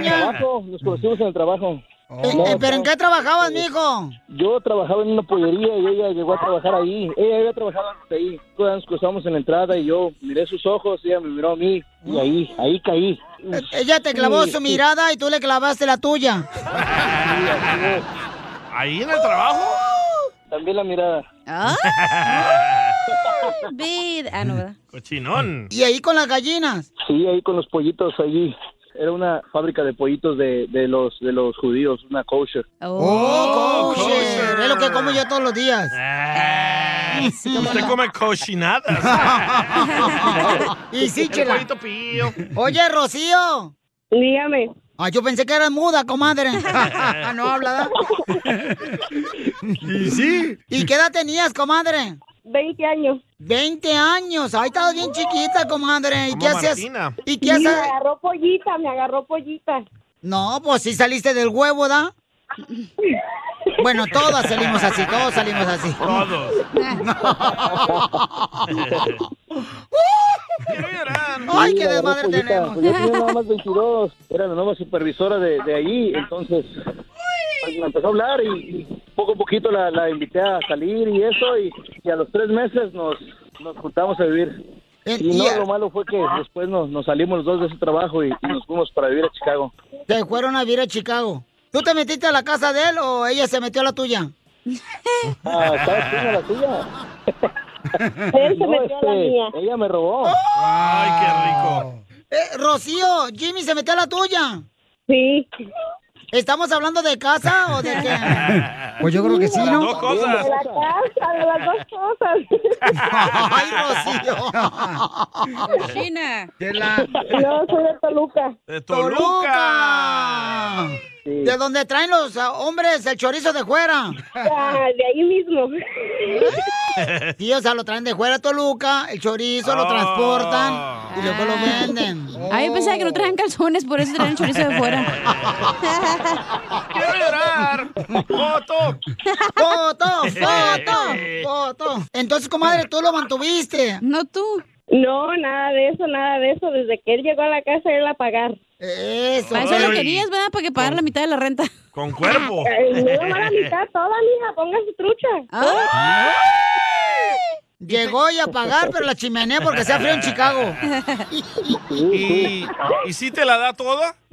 I: trabajo, Nos conocimos en el trabajo. No,
A: Eh, ¿Pero en qué trabajabas, mijo?
I: Yo trabajaba en una pollería y ella llegó a trabajar ahí. Ella había trabajado antes ahí. Todas nos cruzamos en la entrada y yo miré sus ojos, ella me miró a mí y ahí, ahí caí.
A: Ella te clavó
I: Sí,
A: su
I: sí.
A: mirada y tú le clavaste la tuya.
B: *laughs* ¿Ahí en el trabajo?
I: También la mirada.
C: Vid- Ah, no, ¿verdad?
B: *laughs* Cochinón.
A: ¿Y ahí con las gallinas?
I: Sí, ahí con los pollitos allí. Era una fábrica de pollitos de, de los de los judíos, una kosher.
A: ¡Oh, kosher! Es lo que como yo todos los días. Ah.
B: Usted come
A: *laughs*
B: cochinadas.
A: Y sí, chela.
B: Ah. El pollito
J: *laughs*
B: pío.
A: Oye, Rocío.
I: Dígame.
A: Ah, yo pensé que eras muda, *laughs* comadre. no habla, ¿da?
B: ¿Y sí?
A: ¿Y qué edad tenías, comadre? 20 años. 20 años. Ahí estabas bien chiquita, comadre. ¿Y
I: Como
A: qué hacías?
I: Martina.
A: ¿Y qué
I: Sí, me
A: hacías?
I: agarró
A: pollita, me agarró pollita. No, pues sí saliste del huevo, ¿da? Bueno, todas salimos así, todos salimos así. *laughs*
J: Todos.
A: Ay, qué
I: la agarró
A: desmadre
I: pollita.
A: tenemos.
I: Pues yo tenía nada
A: *laughs*
I: más 22. Era la nueva supervisora de, de ahí, entonces pues, me empezó a hablar y poco a poquito la, la invité a salir y eso y, y a los tres meses nos, nos juntamos a vivir. Y no,
A: y-
I: lo malo fue que después nos, nos salimos los dos de ese trabajo y, y nos fuimos para vivir a Chicago.
A: Te fueron a vivir a Chicago. ¿Tú te metiste a la casa de él o ella se metió a la tuya?
I: Ah, ¿Sabes quién era la tuya?
A: *laughs* Él se *laughs* metió a la mía.
I: Ella me robó.
B: ¡Ay,
A: Eh, Rocío, Jimmy se metió a la tuya. Sí. ¿Estamos hablando de casa o de qué?
J: Pues *laughs* yo creo que sí, ¿no? Dos cosas.
A: De la
I: casa, de las dos
A: cosas.
J: ¡Ay, Rocío!
C: China.
I: Yo soy de Toluca.
B: ¡De
A: Toluca! ¿De donde traen los ah, hombres el chorizo de fuera? Ah, de ahí *laughs* mismo.
C: *laughs*
A: Sí, o sea, lo traen de fuera a Toluca, el chorizo lo transportan y luego lo venden.
C: Ay, Oh. Ah. yo pensaba que no traían calzones, por eso traían chorizo de
A: *laughs*
C: fuera. *laughs*
B: ¡Quiero llorar! ¡Foto!
C: *laughs*
A: ¡Foto! ¡Foto! ¡Foto! Entonces, comadre, tú lo mantuviste.
C: No tú.
H: No, nada de eso, nada de eso. Desde que él llegó a la casa, él a pagar.
C: Eso. Para eso lo querías, ¿verdad? Para que pagar la mitad de la renta.
B: Con
H: *laughs*
B: cuerpo.
H: Eh, no nomás la mitad toda, mija. Ponga su trucha.
C: Ah.
A: Llegó y a pagar, pero la chimenea porque se ha frío en Chicago.
B: ¿Y, ¿Y si te la da toda?
C: *laughs*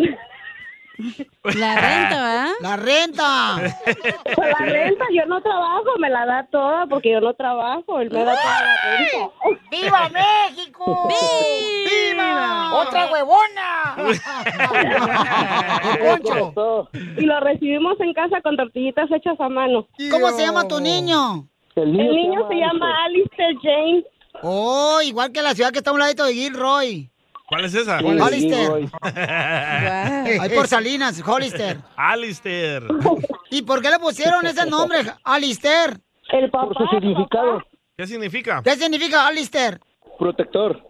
C: La renta, ¿verdad?
A: La renta.
H: Pues la renta, yo no trabajo. Me la da toda porque yo no trabajo. Él me da toda la renta.
A: ¡Viva México! ¡Viva! ¡Otra huevona!
H: Y lo recibimos en casa con tortillitas hechas a mano.
A: ¿Cómo se llama tu niño?
H: El niño, se llama Alistair James.
A: Oh, igual que la ciudad que está a un ladito de Gilroy.
B: ¿Cuál es esa?
A: ¿Cuál es? Hollister. Ahí
B: Ahí
A: por Salinas, Hollister.
B: Alistair.
A: ¿Y por qué le pusieron ese nombre, Alistair?
H: El papá.
B: su significado. ¿Qué significa?
A: ¿Qué significa Alistair?
B: Protector.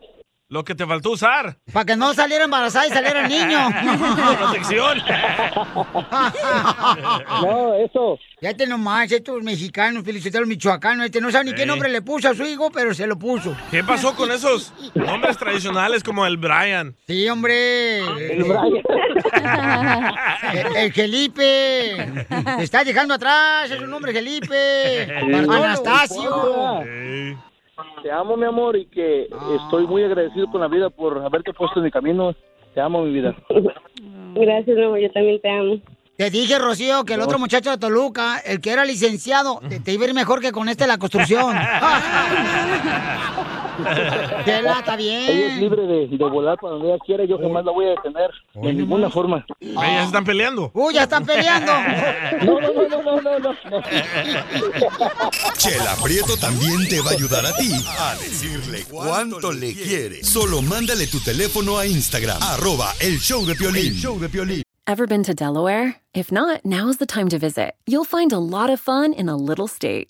B: Lo que te faltó usar.
A: Para que no saliera embarazada y saliera el
B: *laughs*
A: niño.
B: Protección.
A: no, eso. Ya te nomás, este estos mexicanos, felicitaron michoacanos, este no sabe ni qué
B: Sí.
A: nombre le puso a su hijo, pero se lo puso.
B: ¿Qué pasó con esos nombres tradicionales como el Brian?
A: Sí, hombre. El *laughs* El, el Felipe. Te está dejando atrás, es un hombre Felipe. Anastasio.
K: Te amo, mi amor, y que estoy muy agradecido con la vida por haberte puesto en mi camino. Te amo, mi vida.
H: Gracias, mi amor, Yo también te amo.
A: Te dije, Rocío, que el otro muchacho de Toluca, el que era licenciado, te, te iba a ir mejor que con este de
B: *laughs*
A: la construcción. *laughs* Qué lata, bien.
K: Ella es libre de, de volar para donde ella quiera. Yo jamás la voy a detener de ninguna forma.
B: Ve, ya se están peleando.
A: ¡Uy, ya están peleando!
K: No, no, no, no, no, no. no.
F: Chela Prieto también te va a ayudar a ti a decirle cuánto le quiere. Solo mándale tu teléfono a Instagram, arroba el show de Piolín.
L: Ever been to Delaware? If not, now is the time to visit. You'll find a lot of fun in a little state.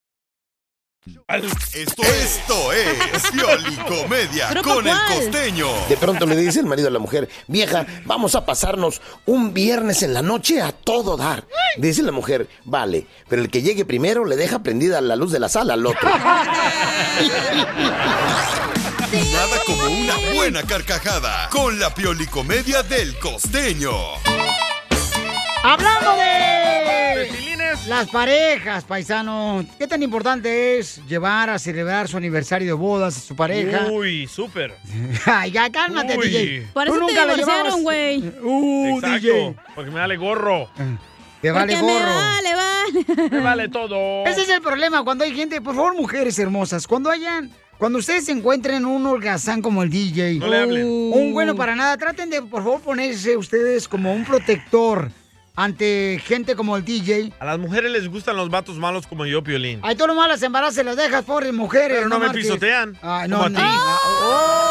F: Esto, esto es Pioli Comedia
L: ¿Pero
F: con el
L: pa' cuál?
F: costeño.
N: De pronto le dice el marido a la mujer, vieja, vamos a pasarnos un viernes en la noche a todo dar. Dice la mujer, vale, pero el que llegue primero le deja prendida la luz de la sala al
A: *laughs*
N: otro.
F: Nada como una buena carcajada con la Pioli Comedia del costeño.
A: Hablando de las parejas, paisano, ¿qué tan importante es llevar a celebrar su aniversario de bodas a su pareja?
B: Uy, súper.
A: *laughs* Ay, ya cálmate,
B: Uy.
A: DJ.
B: Por eso
A: Tú
B: te
A: nunca lo
B: divorciaron,
A: llevabas.
C: güey.
A: Uh, DJ.
B: Porque me vale gorro.
A: Te vale
C: Porque me
A: gorro. *laughs*
C: vale, vale.
B: Me vale todo.
A: Ese es el problema cuando hay gente, por favor, mujeres hermosas, cuando hayan, cuando ustedes encuentren un holgazán como el DJ,
B: No le hablen.
A: un bueno para nada, traten de, por favor, ponerse ustedes como un protector ante gente como el DJ.
B: A las mujeres les gustan los vatos malos como yo, Piolín.
A: Ahí tú nomás las embarazas, y las dejas, pobres mujeres.
B: Pero no me
A: marches.
B: pisotean,
A: Ay,
B: como
A: no,
B: a
A: no.
B: ti.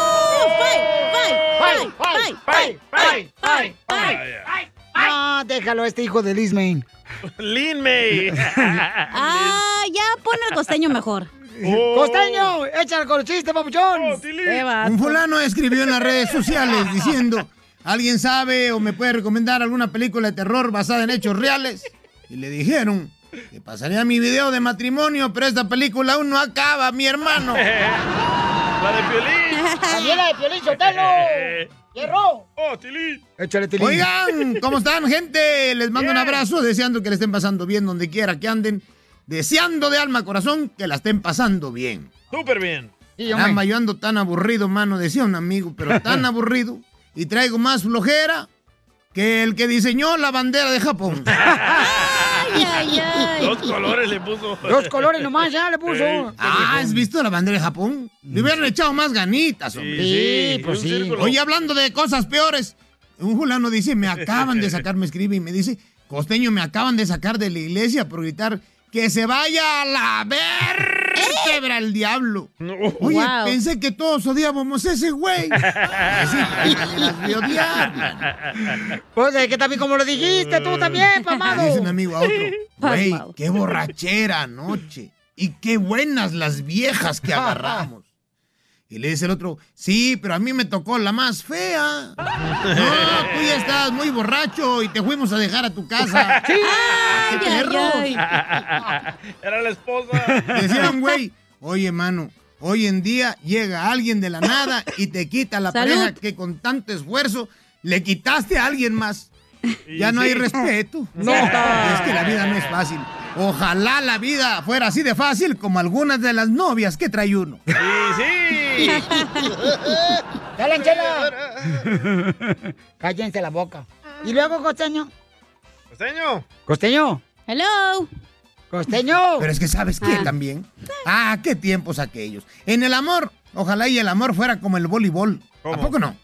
A: Ah, déjalo a este hijo de Liz Main.
B: *laughs* Lin
A: *laughs*
B: May.
C: Ah, ya pon al costeño mejor.
R: Oh.
A: ¡Costeño! ¡Échale con el chiste, papuchón!
B: Oh,
C: Qué vato.
O: Un fulano escribió en las redes sociales diciendo, ¿alguien sabe o me puede recomendar alguna película de terror basada en hechos reales? Y le dijeron, te pasaría mi video de matrimonio, pero esta película aún no acaba, mi hermano.
B: *laughs* La de Piolín.
A: ¡También la de
B: *laughs*
A: Piolín Sotelo! ¡Hierro!
B: ¡Oh, Tilín!
A: Échale, Tilín.
O: Oigan, ¿cómo están, gente? Les mando un abrazo, deseando que le estén pasando bien donde quiera que anden. deseando de alma a corazón que la estén pasando bien.
B: Súper bien.
O: Caramba, yo ando tan aburrido, mano, decía un amigo,
B: *laughs*
O: pero tan aburrido. Y traigo más flojera que el que diseñó la bandera de Japón.
C: *laughs* Ay, ay,
B: *laughs*
C: ay.
B: Dos colores le puso.
O: Dos colores nomás,
A: ya le puso.
O: Ah, ¿has visto la bandera de Japón? Le hubieran echado más ganitas, hombre.
B: Mm. Sí, sí, pues sí. círculo.
O: Oye, hablando de cosas peores, un fulano dice, me acaban de sacar, me escribe y me dice, Costeño, me acaban de sacar de la iglesia por gritar que se vaya a la vértebra el diablo. Oye,
J: Wow.
O: pensé que todos odiábamos a
B: *laughs*
O: ese güey. las de odiar,
A: Pues es que también como lo dijiste, tú también, pamado.
O: Eh. Dice un amigo a
A: *laughs*
O: otro, güey, qué borrachera anoche. Y qué buenas las viejas que agarramos. Y le dice el otro, sí, pero a mí me tocó la más fea. No, tú ya estás muy borracho y te fuimos a dejar a tu casa. "Ah,
J: Sí.
O: ¡Qué perro!
B: Era la
O: *laughs*
B: esposa.
O: Decía un güey, oye, mano, hoy en día llega alguien de la nada y te quita la
B: Salud.
O: pareja que con tanto esfuerzo le quitaste a alguien más. Ya no hay
B: sí.
O: respeto.
B: No.
O: Es que la vida no es fácil. Ojalá la vida fuera así de fácil como algunas de las novias que trae uno.
B: Sí,
O: *laughs*
A: ¡Dale, Chela! Cállense la boca.
C: Ah.
A: ¿Y luego, Costeño?
B: Costeño.
A: Costeño.
C: Hello.
O: *laughs*
A: Costeño.
O: Pero es que sabes qué también. Ah, qué tiempos aquellos. En el amor, ojalá y el amor fuera como el voleibol. ¿A poco no?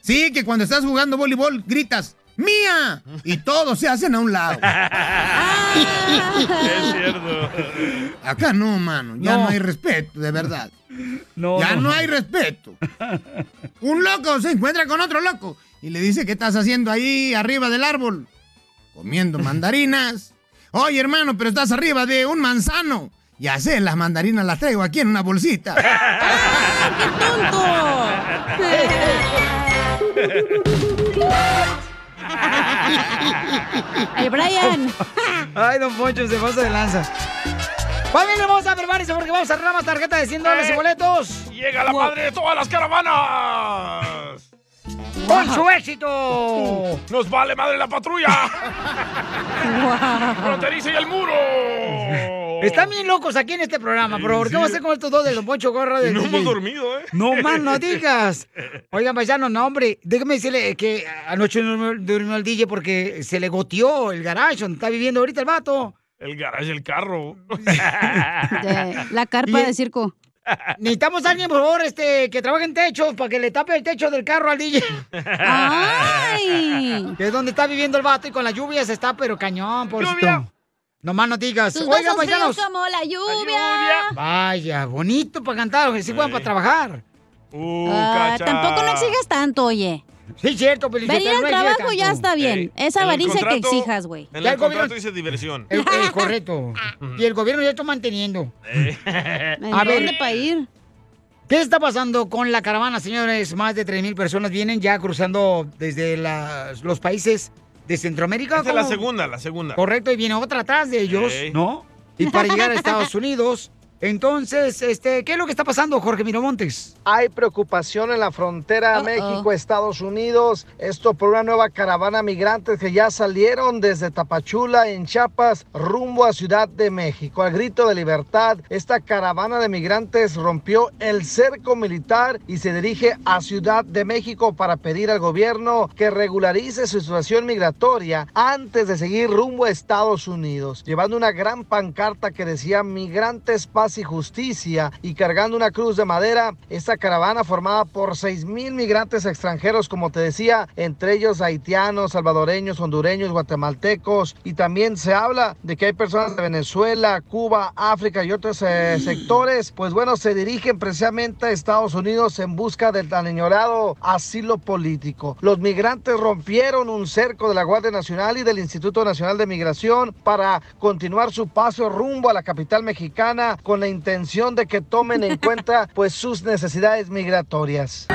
O: Sí, que cuando estás jugando voleibol gritas ¡Mía! Y todos se hacen a un lado.
B: *laughs* es
O: *laughs*
B: cierto.
O: Acá no, mano. Ya
B: No.
O: no, hay respeto, de verdad.
B: No,
O: Ya
B: no.
O: no hay respeto. Un loco se encuentra con otro loco y le dice, ¿qué estás haciendo ahí arriba del árbol?
B: *laughs*
O: Comiendo mandarinas. Oye, hermano, pero estás arriba de un manzano. Ya sé, las mandarinas las traigo aquí en una bolsita.
C: *laughs* El Brian.
A: *laughs* Ay, don Poncho, se pasa de lanza. Muy Pues bien, hermosa, prepárense porque vamos a arreglar más tarjetas de 100 dólares y
B: Eh.
A: boletos.
B: Llega la madre de todas las caravanas.
A: ¡Con su éxito!
B: Nos vale madre la patrulla. Fronteriza y el muro.
A: Están bien locos aquí en este programa, pero ¿por qué vamos a hacer con estos dos de Don Poncho Gorra de
B: No hemos dormido, ¿eh?
A: No más no
B: *laughs*
A: digas. Oigan, paisanos, no, hombre, déjame decirle que anoche no durmió- durmió el DJ porque se le goteó el garage donde está viviendo ahorita el vato.
B: El garage, el carro.
C: La carpa de circo.
A: Necesitamos a alguien, por favor, este, que trabaje en techos para que le tape el techo del carro al DJ.
C: ¡Ay!
A: *laughs* Que es donde está viviendo el vato y con la lluvia se está, pero cañón, por No Nomás no digas.
C: Tus besos
A: Oigan,
C: fríos
A: Ah, paisanos.
C: como la lluvia.
A: Vaya, bonito para cantar, que sí puedan para trabajar.
B: Uh,
C: Ah, tampoco no exijas tanto, oye.
A: Sí, cierto,
C: *laughs*
A: Pelín.
C: Venir al
A: no exijas
C: trabajo ya
A: tanto.
C: está bien.
B: Ey,
C: Esa
B: en el
C: avaricia que
B: contrato-
C: exijas, güey.
B: En
A: Ya el
B: el
A: gobierno-
B: contrato dice diversión.
A: Eh, eh, correcto. Y el gobierno ya está manteniendo.
B: A
A: para ir? ¿Qué está pasando con la caravana, señores? Más de 3.000 personas vienen ya cruzando desde las- los países de Centroamérica.
B: Esta es la
A: ¿cómo?
B: segunda, la segunda.
A: Correcto, y viene otra atrás de ellos,
B: Ey.
A: ¿no? Y
B: *laughs*
A: para llegar a Estados Unidos. Entonces, este, ¿qué es lo que está pasando, Jorge Miramontes?
D: Hay preocupación en la frontera México-Estados Unidos. Esto por una nueva caravana migrantes que ya salieron desde Tapachula, en Chiapas, rumbo a Ciudad de México. Al grito de libertad, esta caravana de migrantes rompió el cerco militar y se dirige a Ciudad de México para pedir al gobierno que regularice su situación migratoria antes de seguir rumbo a Estados Unidos, llevando una gran pancarta que decía Migrantes, Paz y Justicia y cargando una cruz de madera. Esta caravana formada por 6 mil migrantes extranjeros, como te decía, entre ellos haitianos, salvadoreños, hondureños, guatemaltecos y también se habla de que hay personas de Venezuela, Cuba, África y otros eh, sectores, pues bueno, se dirigen precisamente a Estados Unidos en busca del tan añorado asilo político. Los migrantes rompieron un cerco de la Guardia Nacional y del Instituto Nacional de Migración para continuar su paso rumbo a la capital mexicana con la intención de que tomen en cuenta pues sus necesidades migratorias.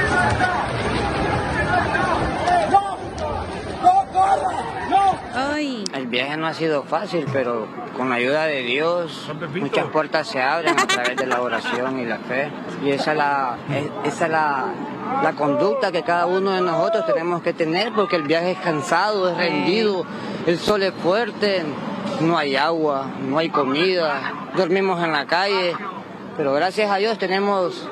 M: El viaje no ha sido fácil, pero con la ayuda de Dios muchas puertas se abren a través de la oración y la fe. Y esa es, la, es- esa es la, la conducta que cada uno de nosotros tenemos que tener, porque el viaje es cansado, es rendido, el sol es fuerte, no hay agua, no hay comida, dormimos en la calle, pero gracias a Dios tenemos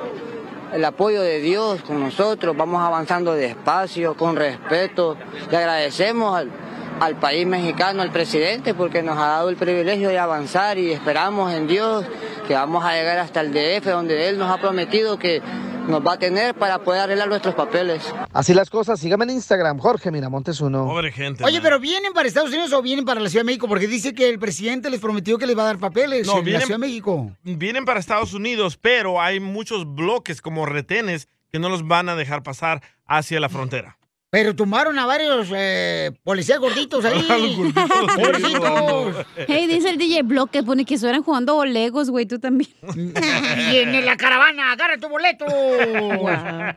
M: el apoyo de Dios con nosotros, vamos avanzando despacio, con respeto, le agradecemos al, al país mexicano, al presidente, porque nos ha dado el privilegio de avanzar y esperamos en Dios que vamos a llegar hasta el DF, donde Él nos ha prometido que nos va a tener para poder arreglar nuestros papeles.
D: Así las cosas, síganme en Instagram, Jorge Miramontes uno.
B: Pobre gente.
A: Oye, pero ¿vienen para Estados Unidos o vienen para la Ciudad de México? Porque dice que el presidente les prometió que les va a dar papeles
B: No,
A: en
B: vienen-
A: la Ciudad de México.
B: Vienen para Estados Unidos, pero hay muchos bloques como retenes que no los van a dejar pasar hacia la frontera.
A: Pero tumbaron a varios eh, policías gorditos ahí.
B: A *laughs* los gorditos, sí,
A: Pobrecitos.
C: Hey, dice el DJ Block que pone que estuvieran jugando o Legos, güey, tú
A: *laughs*
C: también. *laughs*
A: Viene la caravana, agarra tu boleto.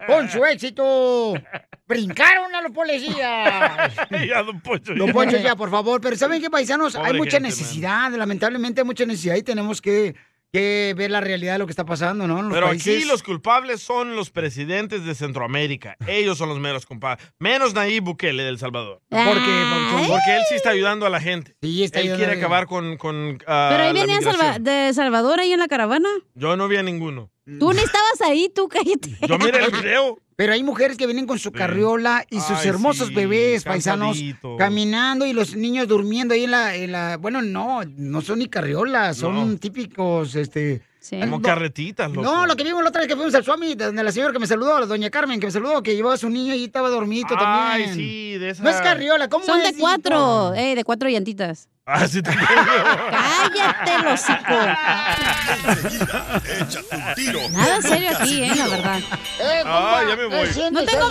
A: Con su éxito. Brincaron a los policías.
B: *laughs* ya, don Poncho.
A: Los Poncho, ya, por favor. Pero ¿saben qué, paisanos?
B: Pobre
A: hay mucha
B: gente,
A: necesidad, lamentablemente hay mucha necesidad y tenemos que, que ver la realidad de lo que está pasando, ¿no? En los
B: Pero aquí
A: países.
B: los culpables son los presidentes de Centroamérica. Ellos son los meros culpables. Menos Nayib Bukele del Salvador.
C: ¿Por qué, Papuchón?
B: Porque él sí está ayudando a la gente.
A: está
B: él
A: ayudando
B: quiere
A: a la
B: acabar con, con ah,
C: Pero ahí
B: la
C: venía
B: migración.
C: Salva- de Salvador ahí en la caravana.
B: Yo no vi a ninguno.
A: Mm.
C: Tú ni estabas ahí, tú cállate.
B: Yo miré el video.
A: Pero hay mujeres que vienen con su carriola y sus
B: Ay,
A: hermosos
B: sí,
A: bebés paisanos
B: cansaditos.
A: caminando y los niños durmiendo ahí en la, en la- Bueno, no, no son ni carriolas, son típicos, este...
B: Como
A: no-
B: carretitas, loco.
A: No, lo que vimos la otra vez que fuimos al Swami, donde la señora que me saludó, la doña Carmen, que me saludó, que llevaba a su niño y estaba dormidito
B: Ay,
A: también.
B: sí, de esa.
A: No es carriola, ¿cómo
C: Son
A: es?
C: de cuatro, eh, de cuatro
A: *laughs*
C: llantitas.
B: Ah, sí, te-
C: Cállate, el hocico.
F: Échate un tiro.
C: Nada serio aquí, eh, la verdad.
F: Ah, ya me voy.
C: No tengo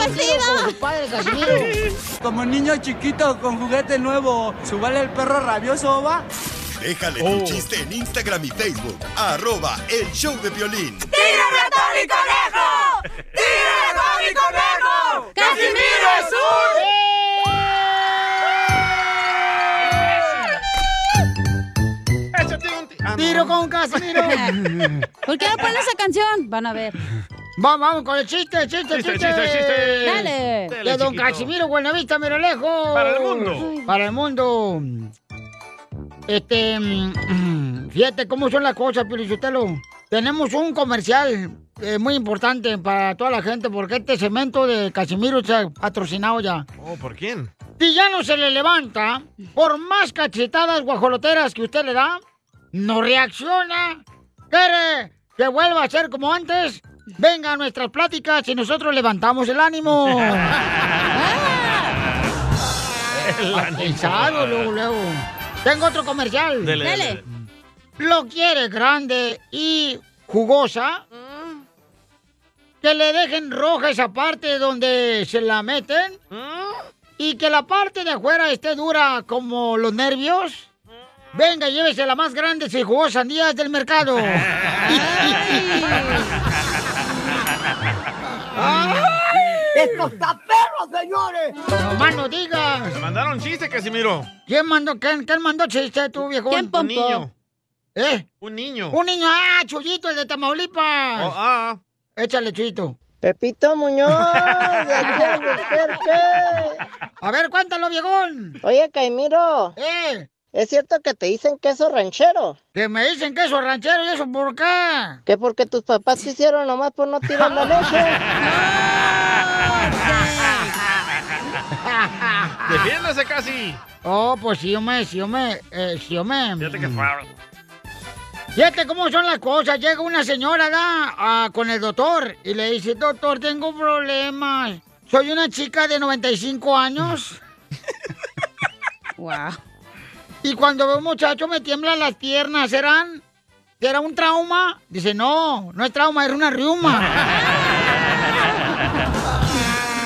C: vestido.
U: Como niño chiquito con juguete nuevo, subale el perro rabioso, va.
F: Déjale tu chiste en Instagram y Facebook. Arroba el show de violín.
U: ¡Tírame a Tony Conejo! ¡Tírame a Tony Conejo! ¡Casimiro es
B: Échate un ti- Ah, no.
A: Tiro con Casimiro.
C: *laughs* ¿Por qué no ponen esa canción? Van a ver.
A: Vamos, vamos con el chiste, chiste,
C: Chiste,
A: chiste.
C: chiste, chiste. Dale.
A: De
C: Dale,
A: don
C: chiquito.
A: Casimiro Buenavista, mira lejos.
C: Para el mundo.
A: Para el mundo. Este, mm, *clears throat* fíjate cómo son las cosas, Pirisotelo. Tenemos un comercial eh, muy importante para toda la gente porque este cemento de Casimiro está patrocinado ya.
B: Oh, ¿por quién?
A: Si ya no se le levanta, por más cachetadas guajoloteras que usted le da, no reacciona. ¿Quiere que vuelva a ser como antes? Venga a nuestras pláticas y nosotros levantamos el ánimo. Pensado, Ah, luego, luego. Tengo otro comercial.
U: Dele, dele, Dele.
A: Lo quiere grande y jugosa. Que le dejen roja esa parte donde se la meten. Y que la parte de afuera esté dura como los nervios. Venga, llévese la más grande y jugosa sandías del
U: *laughs*
A: mercado.
U: ¡Esto está perro, señores!
A: Nomás no digas.
B: Me mandaron chiste, Casimiro.
A: ¿Quién mandó, quién, quién mandó chiste tú, viejo?
B: ¿Quién, Un Pompo? niño.
A: ¿Eh?
B: Un niño.
A: Un niño. Ah, Chuyito, el de Tamaulipas.
B: ah.
A: Échale, Chuyito.
Q: Pepito Muñoz,
A: *laughs*
Q: de aquí al desperque.
A: A ver, cuéntalo, viejón.
Q: Oye, Caimiro.
A: Eh.
Q: ¿Es cierto que te dicen queso ranchero?
A: Que me dicen queso ranchero y eso por acá.
Q: Que porque tus papás te hicieron nomás por no tirar la
A: *laughs*
Q: leche.
B: Defiéndase casi.
A: Oh, pues sí, hombre, sí, hombre, eh, sí, hombre.
B: Fíjate que fueron.
A: Fíjate cómo son las cosas. Llega una señora da, ah, con el doctor y le dice, doctor, tengo problemas. Soy una chica de 95 años. wow. Y cuando veo un muchacho me tiemblan las piernas, ¿serán? ¿Será un trauma? Dice, no, no es trauma, es una riuma.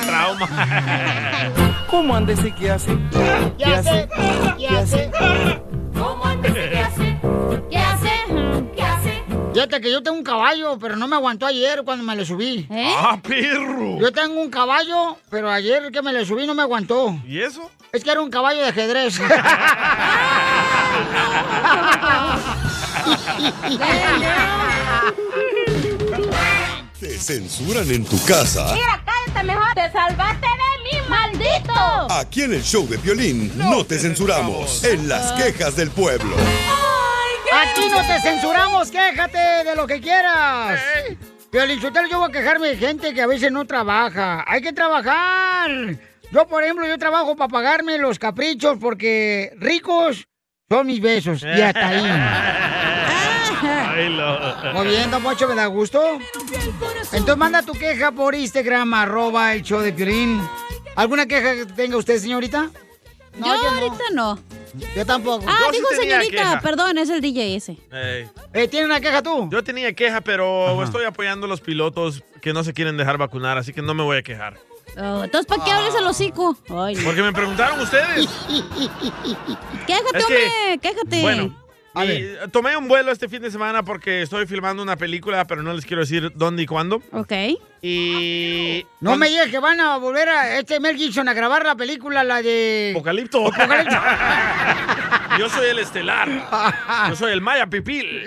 B: Trauma.
J: *laughs*
U: ¿Cómo andes y qué hace?
A: Ya sé, ya sé.
U: ¿Cómo andes y qué hace?
A: *laughs* ¿Qué hace? ¿Qué hace? Fíjate que yo tengo un caballo, pero no me aguantó ayer cuando me le subí.
B: ¡Ah, perro!
A: Yo tengo un caballo, pero ayer que me le subí no me aguantó.
B: ¿Y eso?
A: Es que era un caballo
B: *laughs*
A: de ajedrez. *laughs*
F: Te censuran en tu casa.
U: cállate mejor. Te salvaste de
C: ni maldito!
F: Aquí en el show de violín no, te censuramos. Ah. En las quejas del pueblo.
A: Aquí no te censuramos, quéjate de lo que quieras. Piolín Sotelo, yo voy a quejarme de gente que a veces no trabaja. Hay que trabajar. Yo, por ejemplo, yo trabajo para pagarme los caprichos porque ricos son mis besos. Y hasta ahí. Muy bien, don Poncho, me da gusto. Entonces manda tu queja por Instagram, arroba el show de Piolín. ¿Alguna queja que tenga usted, señorita?
C: Yo ahorita no.
A: Yo tampoco.
C: Ah,
B: Yo sí
C: dijo
B: tenía
C: señorita,
B: queja.
C: perdón, es el DJ ese.
A: Eh, ¿Tiene una queja tú?
B: Yo tenía queja, pero estoy apoyando a los pilotos que no se quieren dejar vacunar, así que no me voy a quejar.
C: Oh, Entonces, ¿para qué abres el hocico? Ay, no.
B: Porque me preguntaron ustedes.
C: Quéjate,
B: Es que-
C: hombre, quéjate.
B: Bueno, y, eh, Este, tomé un vuelo este fin de semana porque estoy filmando una película, pero no les quiero decir dónde y cuándo.
C: Ok.
B: Y...
A: No me digas que van a volver a este Mel Gibson a grabar la película, la de...
B: *laughs* Apocalipto.
A: Apocalipto.
B: Yo soy el estelar.
A: Ah.
B: Yo soy el Maya Pipil.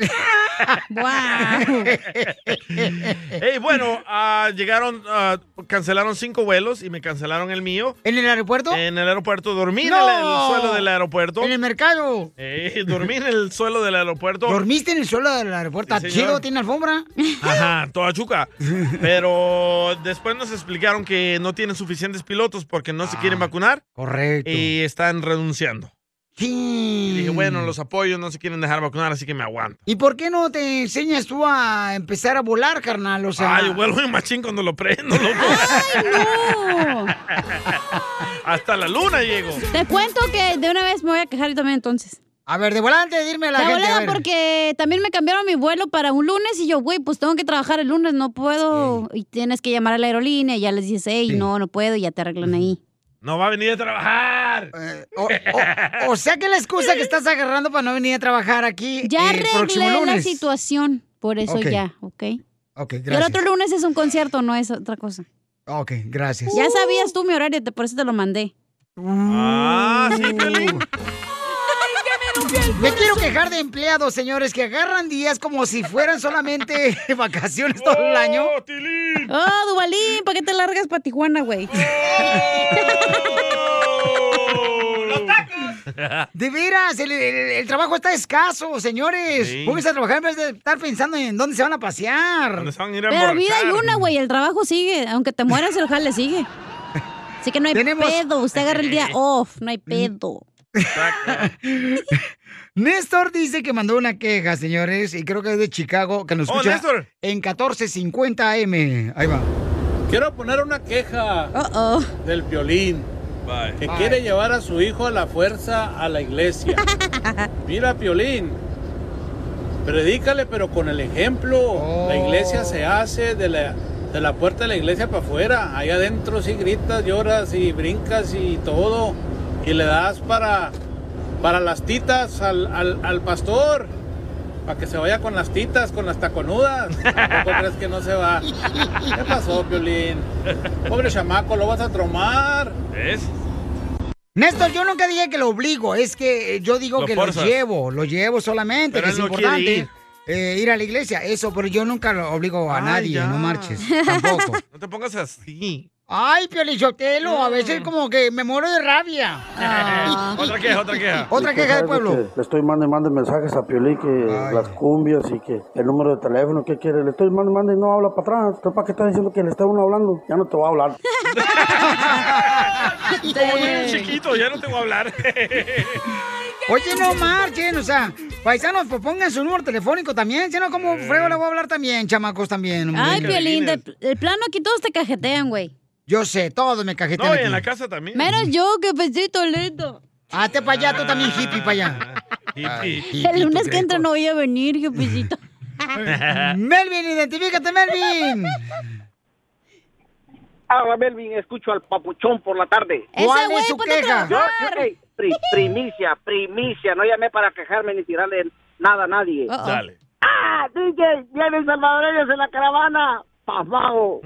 B: Ey, bueno, ah, llegaron, ah, cancelaron cinco vuelos y me cancelaron el mío.
A: ¿En el aeropuerto?
B: En el aeropuerto. Dormí en el,
A: ¡No!
B: el suelo del aeropuerto.
A: En el mercado.
B: Ey, dormí en el suelo del aeropuerto.
A: ¿Dormiste en el suelo del aeropuerto?
B: Sí, señor.
A: Chido, tiene alfombra.
B: Ajá, toda chuca. Pero después nos explicaron que no tienen suficientes pilotos porque no se quieren vacunar.
A: Ah, Correcto.
B: Y están renunciando.
A: Sí.
B: Y dije, bueno, los apoyos no se quieren dejar vacunar, así que me aguanto.
A: ¿Y por qué no te enseñas tú a empezar a volar, carnal? O sea,
B: Ay,
A: *laughs*
B: vuelvo en machín cuando lo prendo, loco. *laughs* Hasta la luna llego.
C: Te cuento que de una vez me voy a quejar yo también entonces.
A: A ver, de volante, dime a la
C: de
A: gente,
C: volada,
A: a ver.
C: porque también me cambiaron mi vuelo para un lunes y yo, güey, pues tengo que trabajar el lunes, no puedo. Y tienes que llamar a la aerolínea y ya les dices, hey, no, no puedo y ya te arreglan ahí.
B: No va a venir a trabajar.
A: Eh, oh, o, o sea que la excusa que estás agarrando para no venir a trabajar
C: *laughs*
A: aquí eh,
C: Ya
A: el próximo
C: arreglé la
A: lunes.
C: situación, por eso
A: Ok.
C: ya, ¿ok?
A: Ok,
C: Y el
A: gracias.
C: otro lunes es un concierto, no es otra cosa.
A: Ok, gracias.
C: Ya sabías tú mi horario, te- por eso te lo mandé.
B: Ah, sí, Piolín.
A: Mm. Me quiero quejar de empleados, señores, que agarran días como si fueran solamente *laughs* vacaciones todo el año.
C: Oh, Dubalín, ¿para qué te largas para Tijuana,
A: *laughs*
C: güey?
B: Oh,
A: De veras, el, el- el trabajo está escaso, señores.
B: Sí.
A: Pónganse a trabajar en vez de estar pensando en dónde se van a pasear.
B: ¿Dónde se van a ir a
C: Pero vida hay
B: emborrachar?
C: una, güey, el trabajo sigue. Aunque te mueras, el jale sigue. Así que no hay pedo. Usted agarra el
A: *laughs*
C: día off, no hay pedo.
A: Néstor dice que mandó una queja, señores, y creo que es de Chicago, que nos
R: Oh,
A: escucha
R: Néstor.
A: en 1450 AM. Ahí va.
R: Quiero poner una queja del violín que
A: Bye.
R: quiere llevar a su hijo a la fuerza a la iglesia. Mira, Piolín, predícale, pero con el ejemplo. La iglesia se hace de la, de la puerta de la iglesia para afuera. Allá adentro sí gritas, lloras y brincas y todo. Y le das para, para las titas al, al- al pastor. Para que se vaya con las titas, con las taconudas. ¿Tampoco crees que no se va? ¿Qué pasó, Piolín? Pobre chamaco, lo vas a tromar.
B: ¿Ves?
A: Néstor, yo nunca dije que lo obligo, es que eh, yo digo
R: Lo
A: que
R: forzas.
A: lo llevo, lo llevo solamente,
R: Pero
A: que
R: él
A: es
R: no quiere
A: importante
R: ir.
A: ir. ir a la iglesia, eso, pero yo nunca lo obligo a
B: Ay,
A: nadie,
B: ya.
A: no marches,
B: *laughs*
A: tampoco.
B: No te pongas así.
A: Ay, Piolichotelo, a veces como que me muero de rabia.
J: *laughs*
B: otra queja, otra queja.
A: Otra queja del pueblo.
S: Le estoy mandando y mande mensajes a Piolín que las cumbias y que el número de teléfono que quiere. Le estoy mandando y mande y no habla para atrás. ¿Tú para qué estás diciendo que le está uno hablando? Ya no te voy a
C: *laughs*
S: hablar.
B: Como tú eres chiquito, ya no te voy a hablar.
A: Oye, no marchen, o sea, paisanos, pues pongan su número telefónico también, si no, como frego le voy a hablar también, chamacos también. hombre.
C: Ay, Piolín, de- el plano aquí todos te cajetean, güey.
A: Yo sé, todos me cajetean
B: No, y
A: aquí.
B: en la casa también.
C: Menos yo, que pues, besito lento.
A: Hazte para allá, tú también hippie para allá.
C: El lunes que entra no voy a venir, yo pues,
A: *laughs*
C: besito.
A: Ah. Melvin, identifícate, Melvin.
T: Ahora, Ah, Melvin, escucho al papuchón por la tarde.
A: Ese ¿Cuál es güey, su ponte a queja?
T: Yo,
A: trabajar.
T: yo, ey, pri- primicia, primicia. No llamé para quejarme ni tirarle nada a nadie.
B: Uh-oh. Dale.
T: ¡Ah, DJ! Vienen salvadoreños en la caravana.
A: *laughs*
T: ¡Pasmago!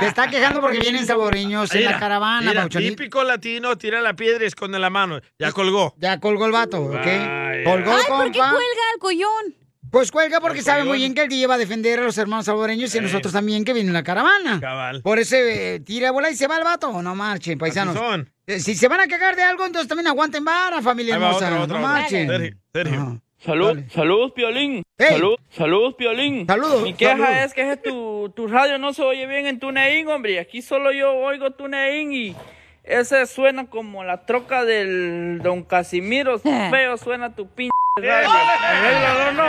A: Te está quejando porque vienen saboreños en
B: Mira,
A: la caravana,
B: mira,
A: Pauchonito.
B: Típico latino, tira la piedra y esconde la mano. Ya colgó.
A: Ya colgó el vato, ¿ok? Colgó,
C: Ay, ¿por qué
A: compa.
C: cuelga el collón?
A: Pues cuelga porque
B: Al
A: sabe muy
B: cuelgón.
A: bien que el DJ va a defender a los hermanos salvadoreños y a
B: Eh.
A: nosotros también que viene la caravana.
B: Cabal.
A: Por eso eh, tira bola y se va el vato. No marchen, paisanos.
B: Así son.
A: Eh, Si se van a cagar de algo, entonces también aguanten vara, familia
B: Ahí va
A: hermosa.
B: otra,
A: no
B: otra, otra.
A: marchen.
B: Sergio, Sergio.
W: Salud, saludos, Piolín. Salud, saludos, Piolín.
A: Saludos.
W: Mi queja
A: saludos.
W: es que tu, tu radio no se oye bien en TuneIn, hombre. Aquí solo yo oigo TuneIn y ese suena como la troca del Don Casimiro. Feo suena tu pinche radio. Arréglalo, ¿no?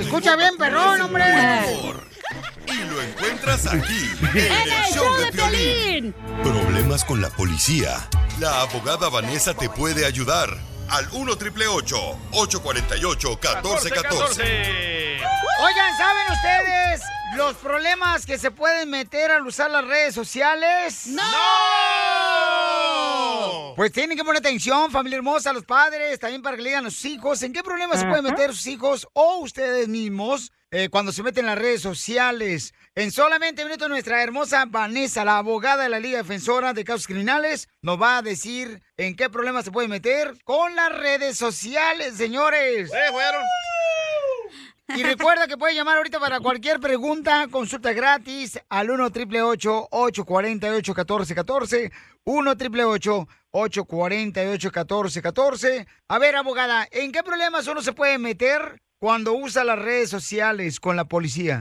A: Escucha bien, perrón, hombre.
F: Lo encuentras aquí, en el show de Piolín. Problemas con la policía. *laughs* La abogada Vanessa te puede ayudar. Al 1 triple 848 1414.
A: Oigan, ¿saben ustedes los problemas que se pueden meter al usar las redes sociales? ¡No! Pues tienen que poner atención, familia hermosa, los padres, también para que le digan a sus hijos en qué problemas se pueden meter sus hijos o ustedes mismos eh, cuando se meten en las redes sociales. En solamente minutos nuestra hermosa Vanessa, la abogada de la Liga Defensora de Casos Criminales, nos va a decir en qué problemas se pueden meter con las redes sociales, señores. Y recuerda que puedes llamar ahorita para cualquier pregunta, consulta gratis al 1 888 848 1414 1 888 848 1414 A ver, abogada, ¿en qué problemas uno se puede meter cuando usa las redes sociales con la policía?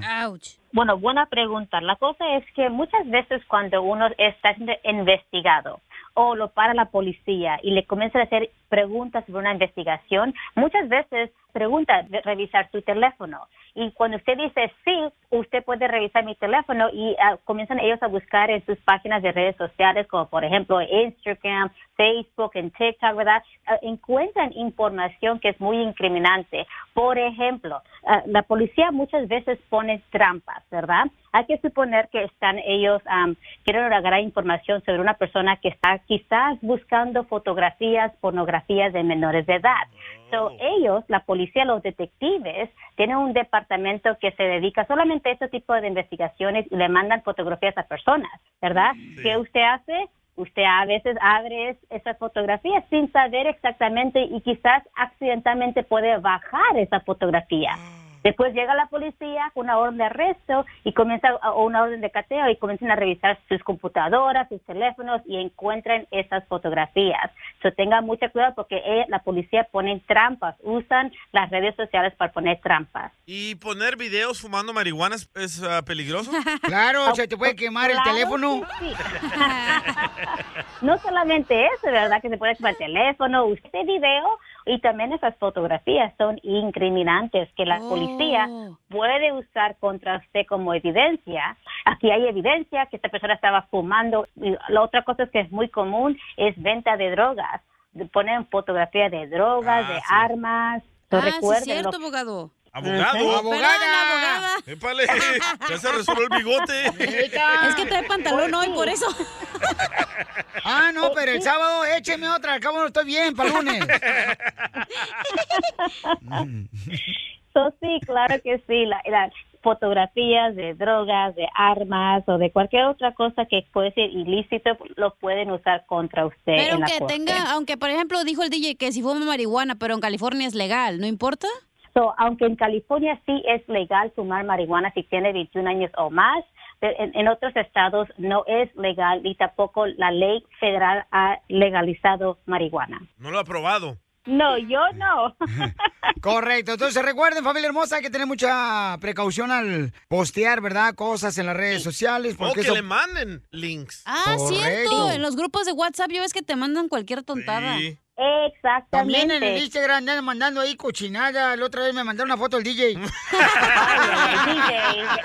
P: Bueno, buena pregunta. La cosa es que muchas veces cuando uno está siendo investigado o lo para la policía y le comienzan a hacer preguntas sobre una investigación, muchas veces pregunta de revisar su teléfono. Y cuando usted dice sí, usted puede revisar mi teléfono y ah, comienzan ellos a buscar en sus páginas de redes sociales, como por ejemplo Instagram, Facebook, en TikTok, ¿verdad? Ah, encuentran información que es muy incriminante. Por ejemplo, ah, la policía muchas veces pone trampas, ¿verdad? Hay que suponer que están ellos, am, quieren agarrar información sobre una persona que está quizás buscando fotografías, pornografías de menores de edad. So, ellos, la policía, los detectives, tienen un departamento que se dedica solamente a este tipo de investigaciones y le mandan fotografías a personas, ¿verdad? ¿Qué usted hace? Usted a veces abre esas fotografías sin saber exactamente y quizás accidentalmente puede bajar esa fotografía. Después llega la policía con una orden de arresto y comienza o una orden de cateo y comienzan a revisar sus computadoras, sus teléfonos y encuentran esas fotografías. So tengan mucho cuidado porque eh, la policía pone trampas, usan las redes sociales para poner trampas.
B: ¿Y poner videos fumando marihuana es, es, ah, peligroso?
C: *laughs*
A: Claro, se te puede quemar el
P: Claro,
A: teléfono.
P: sí, No solamente eso, ¿verdad? Que se puede tomar el teléfono, este video y también esas fotografías son incriminantes que la policía
C: Oh.
P: puede usar contra usted como evidencia. Aquí hay evidencia que esta persona estaba fumando. Y la otra cosa que es muy común es venta de drogas. Ponen fotografías de
B: Ah,
P: drogas, de armas. So,
C: Ah, sí,
P: recuerden lo
C: cierto, abogado.
B: ¡Abogado!
C: ¡Abogada!
B: ¡Épale! *laughs* Ya se resolvió el bigote.
C: Es que trae pantalón hoy, por eso.
A: Ah, no, pero el sábado écheme otra, al cabo no estoy bien para lunes.
P: So, sí, claro que sí. La, la- fotografías de drogas, de armas o de cualquier otra cosa que puede ser ilícito, lo pueden usar contra usted. Este, en
C: Pero
P: la
C: aunque
P: corte.
C: tenga, aunque por ejemplo dijo el DJ que si fuma marihuana, pero en California es legal, ¿no importa?
P: So, aunque en California sí es legal fumar marihuana si tiene 21 años o más, pero en, en otros estados no es legal y tampoco la ley federal ha legalizado marihuana.
B: No lo ha probado.
P: No, yo no.
A: *laughs* Correcto, entonces recuerden familia hermosa hay que tener mucha precaución al postear, ¿verdad? Cosas en las redes sociales.
B: O
A: Porque
B: Oh, que
A: eso
B: le manden links.
C: Ah,
A: Correcto.
C: cierto. En los grupos de WhatsApp yo ves que te mandan cualquier tontada.
B: Sí.
P: Exactamente.
A: También en el Instagram andan mandando ahí cochinada. La otra vez me mandaron una foto del DJ.
P: *laughs* DJ,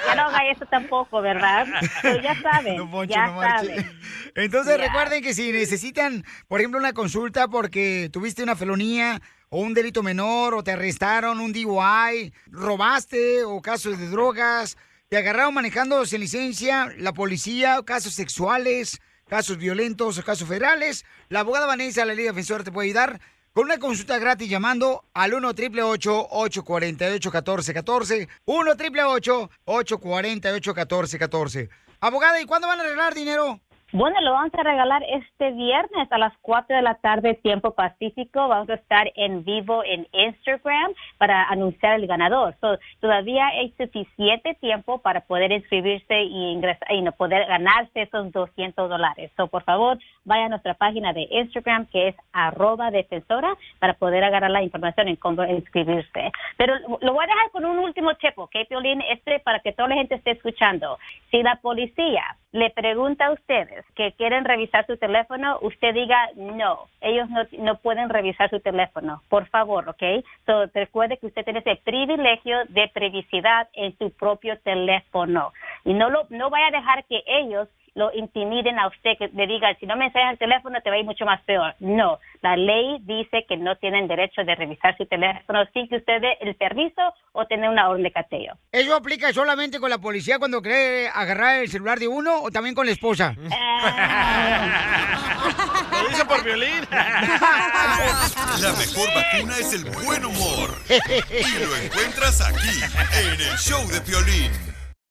P: ya no haga eso tampoco, ¿verdad? Pero ya saben,
A: Poncho,
P: ya
A: no marche.
P: saben.
A: *laughs* Entonces
P: Ya.
A: recuerden que si necesitan, por ejemplo, una consulta porque tuviste una felonía o un delito menor o te arrestaron, un DUI, robaste o casos de drogas, te agarraron manejando sin licencia, la policía, casos sexuales, casos violentos o casos federales, la abogada Vanessa de la Liga Defensora te puede ayudar. Con una consulta gratis llamando al 1 888 848 1414 1 888 848 1414 Abogada, ¿y cuándo van a arreglar dinero?
P: Bueno, lo vamos a regalar este viernes a las 4 de la tarde, tiempo pacífico. Vamos a estar en vivo en Instagram para anunciar el ganador. So, todavía hay suficiente tiempo para poder inscribirse y, ingresar, y no poder ganarse esos 200 dólares. So, por favor, vaya a nuestra página de Instagram que es arroba defensora para poder agarrar la información en cómo inscribirse. Pero lo- lo voy a dejar con un último tip, ¿ok, Piolín? Este para que toda la gente esté escuchando. Si la policía le pregunta a ustedes que quieren revisar su teléfono, usted diga no, ellos no, no pueden revisar su teléfono, por favor, ¿ok? So, recuerde que usted tiene ese privilegio de privacidad en su propio teléfono y no lo no vaya a dejar que ellos lo intimiden a usted, que le digan, si no me enseñas el teléfono te va a ir mucho más peor. No, la ley dice que no tienen derecho de revisar su teléfono sin que usted dé el permiso o tener una orden de cateo.
A: ¿Eso aplica solamente con la policía cuando cree agarrar el celular de uno o también con la esposa?
B: Lo dice por violín.
F: *laughs* La mejor vacuna es el buen humor. Y lo encuentras aquí, en el show de Piolín.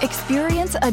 W: Experience a